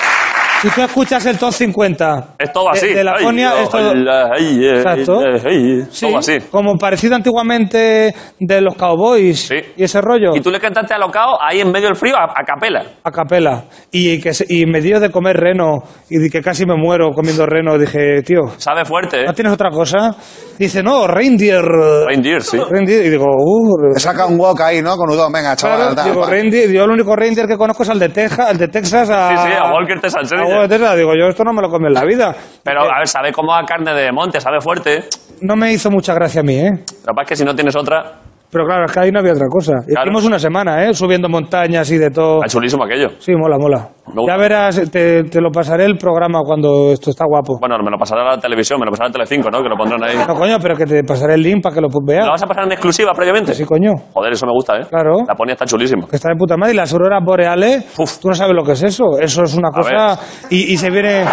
[SPEAKER 2] Si tú escuchas el top 50
[SPEAKER 1] es todo
[SPEAKER 2] de-
[SPEAKER 1] así.
[SPEAKER 2] de, la
[SPEAKER 1] Ay,
[SPEAKER 2] Laponia,
[SPEAKER 1] oh,
[SPEAKER 2] es todo-
[SPEAKER 1] hola, ay, eh,
[SPEAKER 2] Exacto.
[SPEAKER 1] eh, ay,
[SPEAKER 2] Sí,
[SPEAKER 1] Todo así.
[SPEAKER 2] como parecido antiguamente de los cowboys
[SPEAKER 1] Sí.
[SPEAKER 2] y ese rollo
[SPEAKER 1] Y tú le cantaste alocado ahí en medio del frío a, a capela.
[SPEAKER 2] a capela y que se- y me dio de comer reno y di que casi me muero comiendo reno dije tío
[SPEAKER 1] Sabe fuerte, ¿eh?
[SPEAKER 2] ¿no tienes otra cosa? dice no reindeer eh,
[SPEAKER 1] Reindeer, sí.
[SPEAKER 2] reindeer. y digo uh,
[SPEAKER 5] Te saca un wok ahí, ¿no? Con udon, venga, chaval.
[SPEAKER 2] claro,
[SPEAKER 5] da,
[SPEAKER 2] digo
[SPEAKER 5] pa.
[SPEAKER 2] reindeer yo el único reindeer que conozco es el de Texas el de Texas a,
[SPEAKER 1] Sí, sí, a Walker Texas
[SPEAKER 2] a
[SPEAKER 1] Ranger.
[SPEAKER 2] Walker Texas. digo yo esto no me lo come en la vida Eh,
[SPEAKER 1] Pero, a ver, sabe como a carne de monte, sabe fuerte.
[SPEAKER 2] no me hizo mucha gracia a mí ¿eh?
[SPEAKER 1] Lo que pasa es que si no tienes otra,
[SPEAKER 2] pero claro es que ahí no había otra cosa Y
[SPEAKER 1] Claro.
[SPEAKER 2] estuvimos una semana ¿eh? subiendo montañas y de todo
[SPEAKER 1] está chulísimo aquello.
[SPEAKER 2] Sí, mola, mola.
[SPEAKER 1] Me gusta.
[SPEAKER 2] Ya verás, te, te lo pasaré el programa cuando esto está guapo.
[SPEAKER 1] Bueno, me lo pasará la televisión, me lo pasará Telecinco, ¿no? Que lo pondrán ahí.
[SPEAKER 2] No, coño, pero que te pasaré el link para que lo pu-
[SPEAKER 1] ¿Lo
[SPEAKER 2] veas.
[SPEAKER 1] vas a pasar en exclusiva previamente?
[SPEAKER 2] Sí, coño.
[SPEAKER 1] Joder, eso me gusta, ¿eh?
[SPEAKER 2] Claro.
[SPEAKER 1] La ponía está chulísimo.
[SPEAKER 2] Que está de puta madre. Y las auroras boreales,
[SPEAKER 1] Uf.
[SPEAKER 2] tú no sabes lo que es eso. Eso es una cosa... Y, y se viene...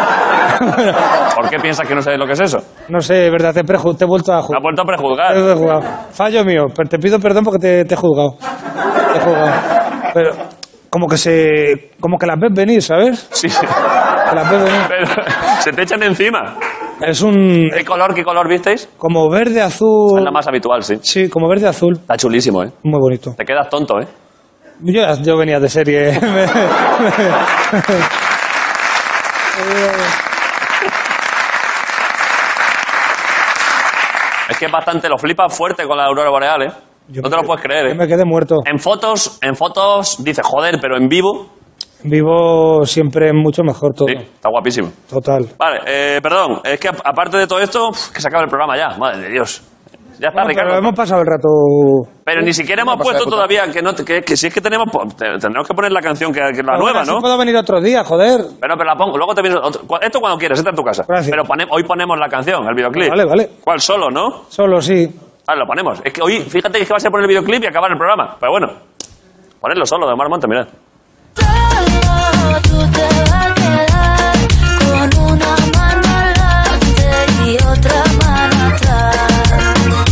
[SPEAKER 1] ¿Por qué piensas que no sabes lo que es eso?
[SPEAKER 2] no sé, es verdad, te, he preju- te he vuelto a
[SPEAKER 1] Me ha
[SPEAKER 2] juzgar.
[SPEAKER 1] vuelto a
[SPEAKER 2] Te
[SPEAKER 1] prejuzgar.
[SPEAKER 2] he juzgado. Fallo mío, pero te pido perdón porque te, te he juzgado. he jugado. Pero como que se. como que las ves venir, ¿sabes?
[SPEAKER 1] Sí.
[SPEAKER 2] Que las ves venir.
[SPEAKER 1] Pero se te echan encima.
[SPEAKER 2] Es un.
[SPEAKER 1] ¿Qué color, qué color visteis?
[SPEAKER 2] como verde
[SPEAKER 1] Es
[SPEAKER 2] azul.
[SPEAKER 1] la más habitual, sí.
[SPEAKER 2] Sí, como verde azul.
[SPEAKER 1] Está chulísimo, ¿eh?
[SPEAKER 2] Muy bonito.
[SPEAKER 1] Te quedas tonto, ¿eh?
[SPEAKER 2] Yo, yo venía de serie.
[SPEAKER 1] Es que es bastante, lo flipas fuerte con la aurora boreal, ¿eh?
[SPEAKER 2] Yo
[SPEAKER 1] no
[SPEAKER 2] me-
[SPEAKER 1] te lo puedes creer,
[SPEAKER 2] Yo me
[SPEAKER 1] ¿eh?
[SPEAKER 2] quedé muerto.
[SPEAKER 1] En fotos, en fotos dices, joder, pero en vivo,
[SPEAKER 2] Vivo siempre mucho mejor todo.
[SPEAKER 1] sí, está guapísimo.
[SPEAKER 2] Total.
[SPEAKER 1] Vale, eh, perdón, es que a- aparte de todo esto, uf, que se acaba el programa ya, madre de Dios. Ya está,
[SPEAKER 2] No,
[SPEAKER 1] Ricardo.
[SPEAKER 2] pero hemos pasado el rato.
[SPEAKER 1] Pero ni siquiera hemos
[SPEAKER 5] Una pasada
[SPEAKER 1] puesto
[SPEAKER 5] de puta.
[SPEAKER 1] todavía que, no, que, que si es que tenemos po- te- tendremos que poner la canción que, que la nueva,
[SPEAKER 2] Así
[SPEAKER 1] ¿no?
[SPEAKER 2] puedo venir otro día, joder.
[SPEAKER 1] Bueno, pero la pongo. Luego te pienso otro- cu- esto cuando quieras, esta en tu casa.
[SPEAKER 2] Gracias.
[SPEAKER 1] Pero pone- hoy ponemos la canción, el videoclip.
[SPEAKER 2] Vale, vale.
[SPEAKER 1] ¿Cuál solo, no?
[SPEAKER 2] Solo sí.
[SPEAKER 1] Ah, lo ponemos. Es que hoy, fíjate que es que va a ser poner el videoclip y acabar el programa. Pero bueno, ponerlo solo de Omar Monte, mirad.
[SPEAKER 8] Solo tú te vas a quedar con una mano adelante y otra mano atrás.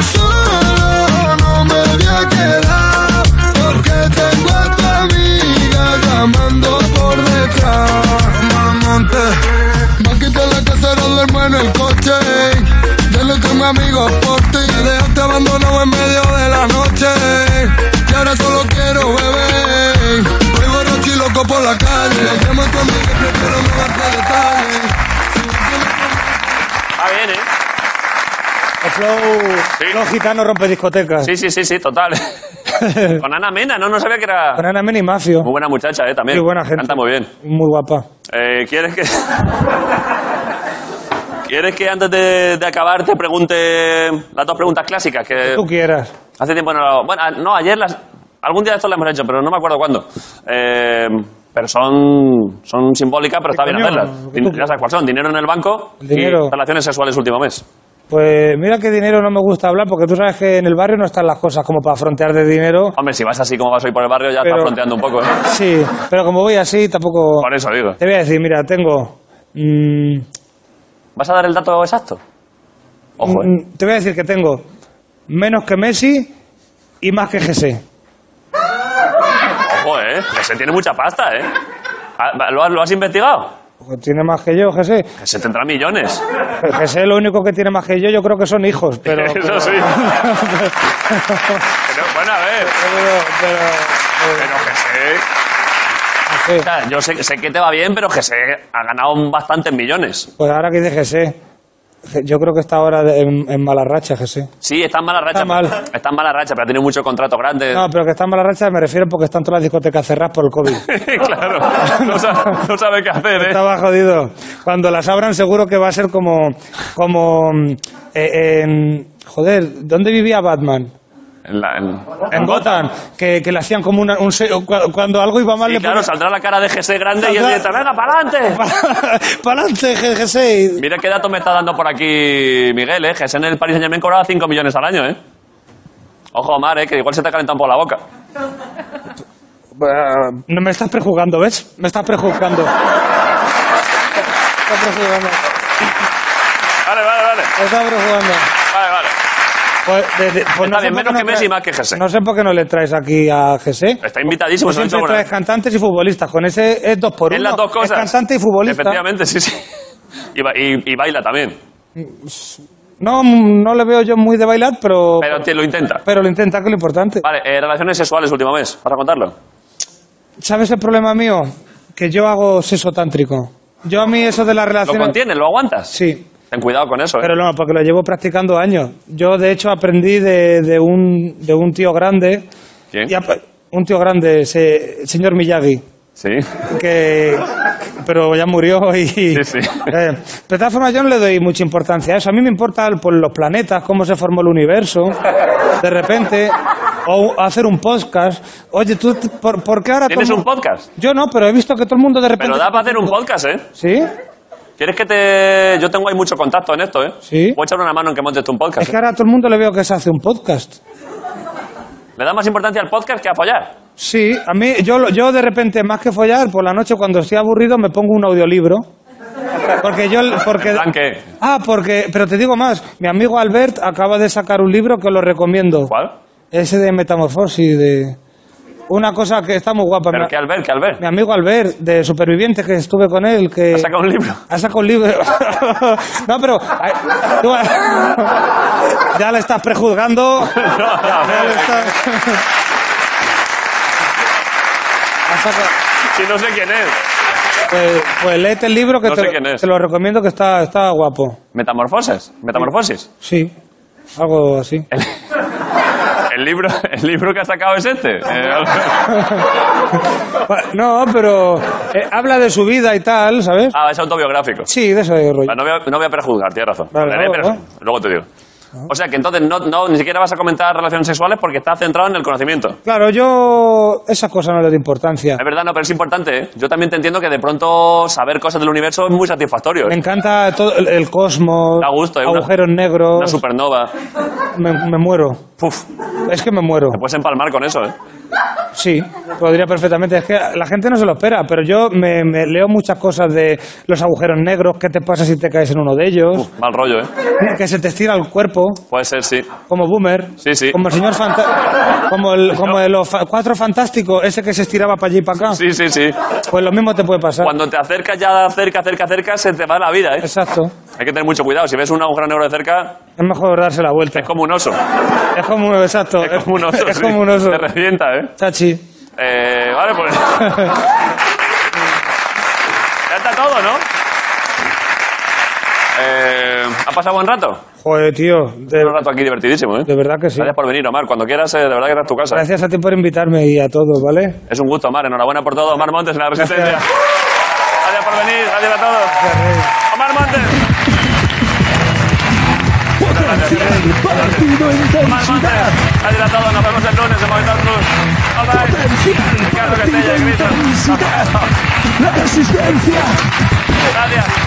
[SPEAKER 9] Solo no me voy a quedar porque tengo a tu amiga llamando por detrás. Mamonte, va a quitar la cacerola, hermano, el coche. Ya lo tengo amigo por ti. Me dejaste abandonado en medio de la noche. Y ahora solo quiero beber. Voy borracho y loco por la calle. Lo que más conmigo prefiero no darte detalles.
[SPEAKER 1] Ah, bien, ¿eh?
[SPEAKER 2] El flow, flow gitano rompe discotecas.
[SPEAKER 1] Sí, sí, sí, sí, total. Con Ana Mena, no, no sabía que era...
[SPEAKER 2] Con Ana Mena y Mafio.
[SPEAKER 1] Muy buena muchacha, ¿eh? También.
[SPEAKER 2] Muy buena gente.
[SPEAKER 1] Canta muy bien.
[SPEAKER 2] Muy guapa.
[SPEAKER 1] Eh, ¿Quieres que.? ¿Quieres que antes de, de acabar te pregunte las dos preguntas clásicas? Que
[SPEAKER 2] Tú quieras.
[SPEAKER 1] hace tiempo no. lo- Bueno, a- no, ayer las. Algún día de esto las hemos hecho, pero no me acuerdo cuándo. Eh, pero son, son simbólicas, pero está bien
[SPEAKER 2] coño?
[SPEAKER 1] hacerlas.
[SPEAKER 2] ¿Qué tú-
[SPEAKER 1] Ya sabes cuáles son: dinero en el banco
[SPEAKER 2] El dinero.
[SPEAKER 1] y relaciones sexuales último mes.
[SPEAKER 2] Pues mira qué dinero no me gusta hablar porque tú sabes que en el barrio no están las cosas como para frontear de dinero.
[SPEAKER 1] Hombre, si vas así como vas hoy por el barrio, ya
[SPEAKER 2] Pero-
[SPEAKER 1] estás fronteando un poco. ¿eh?
[SPEAKER 2] Sí, pero como voy así tampoco...
[SPEAKER 1] Por eso digo.
[SPEAKER 2] Te voy a decir, mira, tengo... mm,
[SPEAKER 1] ¿Vas a dar el dato exacto? Ojo, ¿eh?
[SPEAKER 2] mm, te voy a decir que tengo menos que Messi y más que GC.
[SPEAKER 1] Ojo, ¿eh? Que se tiene mucha pasta, ¿eh? Ah, ¿Lo has- lo has investigado?
[SPEAKER 2] Porque Pues Tiene más que yo, GC.
[SPEAKER 1] Que 70 millones.
[SPEAKER 2] El GC lo único que tiene más que yo, yo creo que son hijos, pero...
[SPEAKER 1] Eso
[SPEAKER 2] pero-
[SPEAKER 1] sí. Pero, bueno, a ver.
[SPEAKER 2] pero- pero-
[SPEAKER 1] Pero que sé.
[SPEAKER 2] pero-
[SPEAKER 1] O sea, Yo sé, sé que te va bien, pero que sé. Ha ganado bastantes millones.
[SPEAKER 2] Pues ahora que dice GC, yo creo que está ahora de- en, en mala racha GC.
[SPEAKER 1] Sí, está en mala racha.
[SPEAKER 2] Está mal.
[SPEAKER 1] Está en mala racha, pero ha tenido muchos contratos grandes.
[SPEAKER 2] No, pero que está en mala racha me refiero porque están todas las discotecas cerradas por el COVID.
[SPEAKER 1] claro. No sabe, no sabe qué hacer, ¿eh?
[SPEAKER 2] Estaba jodido. Cuando las abran seguro que va a ser como... como mm, eh, en- joder, ¿dónde vivía Batman?
[SPEAKER 1] En la- en-
[SPEAKER 2] En Gotham, que, que le hacían como una- un... se- cu- Cuando algo iba mal
[SPEAKER 1] Y
[SPEAKER 2] le
[SPEAKER 1] claro,
[SPEAKER 2] ponían-
[SPEAKER 1] saldrá la cara de GC grande y él
[SPEAKER 2] pues
[SPEAKER 1] dice,
[SPEAKER 2] Saldrá-
[SPEAKER 1] venga, para adelante.
[SPEAKER 2] ¡Pa'lante, GC!
[SPEAKER 1] Mira qué dato me está dando por aquí Miguel, ¿eh? GC en el Paris Saint-Germain cobraba 5 millones al año, ¿eh? Ojo, Omar, ¿eh? Que igual se te ha calentado por la boca.
[SPEAKER 2] No me estás prejugando, ¿ves? Me estás prejugando. Me estás prejugando.
[SPEAKER 1] Vale, vale, vale.
[SPEAKER 2] Me estás prejugando.
[SPEAKER 1] Vale, vale.
[SPEAKER 2] Pues, de- de- pues
[SPEAKER 1] Está bien,
[SPEAKER 2] por
[SPEAKER 1] menos
[SPEAKER 2] qué
[SPEAKER 1] que
[SPEAKER 2] trae-
[SPEAKER 1] Messi y más que Jesse.
[SPEAKER 2] No sé por qué no le traes aquí a Jesse.
[SPEAKER 1] Está invitadísimo,
[SPEAKER 2] Tú
[SPEAKER 1] se lo he
[SPEAKER 2] siempre
[SPEAKER 1] hecho por
[SPEAKER 2] traes
[SPEAKER 1] ahí.
[SPEAKER 2] cantantes y futbolistas. Con ese es dos por uno.
[SPEAKER 1] Es las dos cosas.
[SPEAKER 2] Es cantante y futbolista.
[SPEAKER 1] Efectivamente, sí, sí. Y, ba- y- y baila también.
[SPEAKER 2] No, mm, no le veo yo muy de bailar, pero,
[SPEAKER 1] Pero te lo intenta.
[SPEAKER 2] pero lo intenta, que es lo importante.
[SPEAKER 1] Vale, eh, relaciones sexuales último mes. ¿Vas a contarlo?
[SPEAKER 2] ¿Sabes el problema mío? Que yo hago sexo tántrico. Yo a mí eso de las
[SPEAKER 1] ¿Lo
[SPEAKER 2] relaciones...
[SPEAKER 1] contienes? ¿Lo aguantas?
[SPEAKER 2] Ah, Sí.
[SPEAKER 1] Ten cuidado con eso, ¿eh?
[SPEAKER 2] Pero no, porque lo llevo practicando años. Yo, de hecho, aprendí de, de un, de un tío grande.
[SPEAKER 1] ¿Quién?
[SPEAKER 2] Y ap- un tío grande, se- el señor Miyagi.
[SPEAKER 1] Sí.
[SPEAKER 2] que pero ya murió y
[SPEAKER 1] sí.
[SPEAKER 2] Eh, de todas formas yo no le doy mucha importancia a eso a mí me importa el- pues, los planetas cómo se formó el universo de repente o hacer un podcast oye tú t- por, por qué ahora todo
[SPEAKER 1] ¿Tienes
[SPEAKER 2] el
[SPEAKER 1] un
[SPEAKER 2] mu-
[SPEAKER 1] podcast?
[SPEAKER 2] yo no pero he visto que todo el mundo de repente
[SPEAKER 1] Pero da para hacer un podcast, ¿eh?
[SPEAKER 2] sí
[SPEAKER 1] ¿Quieres que te...? Yo tengo ahí mucho contacto en esto, ¿eh?
[SPEAKER 2] Sí.
[SPEAKER 1] Voy a echar una mano en que montes tú un
[SPEAKER 2] es
[SPEAKER 1] podcast.
[SPEAKER 2] que ahora a todo el mundo le veo que se hace un podcast
[SPEAKER 1] ¿eh? ¿Le da más importancia al podcast que a follar?
[SPEAKER 2] sí a mí yo lo- yo de repente más que follar por la noche cuando estoy aburrido me pongo un audiolibro porque yo porque
[SPEAKER 1] ¿En plan qué?
[SPEAKER 2] Ah, porque, pero te digo más, mi amigo Albert acaba de sacar un libro que os lo recomiendo.
[SPEAKER 1] ¿Cuál?
[SPEAKER 2] Eh, ese de metamorfosis, de... Una cosa que está muy guapa.
[SPEAKER 1] Pero
[SPEAKER 2] mi-
[SPEAKER 1] que al ver, que al ver.
[SPEAKER 2] Mi amigo Albert, de Supervivientes, que estuve con él, que...
[SPEAKER 1] Ha sacado un libro.
[SPEAKER 2] Ha sacado un Ah, libro. no, pero... ay, tú- ah, ya le estás prejuzgando. Ya le estás- Ha sacado-
[SPEAKER 1] Si no sé quién es.
[SPEAKER 2] Ah, Pues, pues léete el libro que
[SPEAKER 1] No
[SPEAKER 2] te,
[SPEAKER 1] sé
[SPEAKER 2] lo-
[SPEAKER 1] quién es.
[SPEAKER 2] te lo recomiendo que está, está guapo.
[SPEAKER 1] Metamorfosis. Metamorfosis.
[SPEAKER 2] Sí. Algo así.
[SPEAKER 1] El libro, el libro que ha sacado es este. Eh,
[SPEAKER 2] No, pero eh, habla de su vida y tal, ¿sabes?
[SPEAKER 1] ah, es autobiográfico.
[SPEAKER 2] Sí, de eso de rollo.
[SPEAKER 1] Ah, No voy, a, no voy a prejuzgar, tienes razón.
[SPEAKER 2] Vale,
[SPEAKER 1] Leeré,
[SPEAKER 2] vale, Ah.
[SPEAKER 1] pero-
[SPEAKER 2] vale.
[SPEAKER 1] Luego te digo. O sea que entonces no, no- ni siquiera vas a comentar relaciones sexuales porque estás centrado en el conocimiento.
[SPEAKER 2] Claro, yo esas cosas no le doy importancia.
[SPEAKER 1] Es verdad, no, pero es importante. ¿eh? Yo también te entiendo que de pronto saber cosas del universo es muy satisfactorio.
[SPEAKER 2] Me
[SPEAKER 1] ¿eh?
[SPEAKER 2] encanta todo el, el cosmos,
[SPEAKER 1] Da gusto, ¿eh? Una-
[SPEAKER 2] agujeros negros.
[SPEAKER 1] Una supernova.
[SPEAKER 2] Me, me muero.
[SPEAKER 1] Puf,
[SPEAKER 2] Es que me muero.
[SPEAKER 1] te puedes empalmar con eso, ¿eh?
[SPEAKER 2] Sí, podría perfectamente. Es que la gente no se lo espera, pero yo me, me leo muchas cosas de los agujeros negros. ¿Qué te pasa si te caes en uno de ellos?
[SPEAKER 1] Mal rollo, ¿eh?
[SPEAKER 2] Que se te estira el cuerpo.
[SPEAKER 1] Puede ser, sí.
[SPEAKER 2] Como Boomer.
[SPEAKER 1] Sí, sí.
[SPEAKER 2] Como el señor Fanta- Como, el, como de los fa- cuatro fantásticos, ese que se estiraba para allí y para acá.
[SPEAKER 1] Sí, sí, sí.
[SPEAKER 2] Pues lo mismo te puede pasar.
[SPEAKER 1] Cuando te acercas ya cerca, cerca, cerca, se te va la vida, ¿eh?
[SPEAKER 2] Exacto.
[SPEAKER 1] Hay que tener mucho cuidado. Si ves un agujero negro de cerca,
[SPEAKER 2] Es mejor darse la vuelta.
[SPEAKER 1] es como un oso.
[SPEAKER 2] Es como, exacto.
[SPEAKER 1] Es como un oso.
[SPEAKER 2] Es
[SPEAKER 1] sí.
[SPEAKER 2] como un oso.
[SPEAKER 1] Te revienta, ¿eh?
[SPEAKER 2] Chachi.
[SPEAKER 1] Eh, vale, pues. ya está todo, ¿no? Eh, ¿Ha pasado buen rato?
[SPEAKER 2] Joder, tío. De,
[SPEAKER 1] Un rato aquí divertidísimo, ¿eh?
[SPEAKER 2] de verdad que sí.
[SPEAKER 1] Gracias por venir, Omar. Cuando quieras, eh, de verdad que estás tu casa.
[SPEAKER 2] Gracias a ti por invitarme y a todos, ¿vale?
[SPEAKER 1] Es un gusto, Omar. Enhorabuena por todo. Omar Montes en la Resistencia. Gracias, por venir. Gracias a todos. Omar Montes. Omar Montes. Gracias a todos. Nos vemos el lunes en Movistar Plus. Bye, bye. Ricardo Castella, Grito.
[SPEAKER 9] La resistencia.
[SPEAKER 1] Gracias.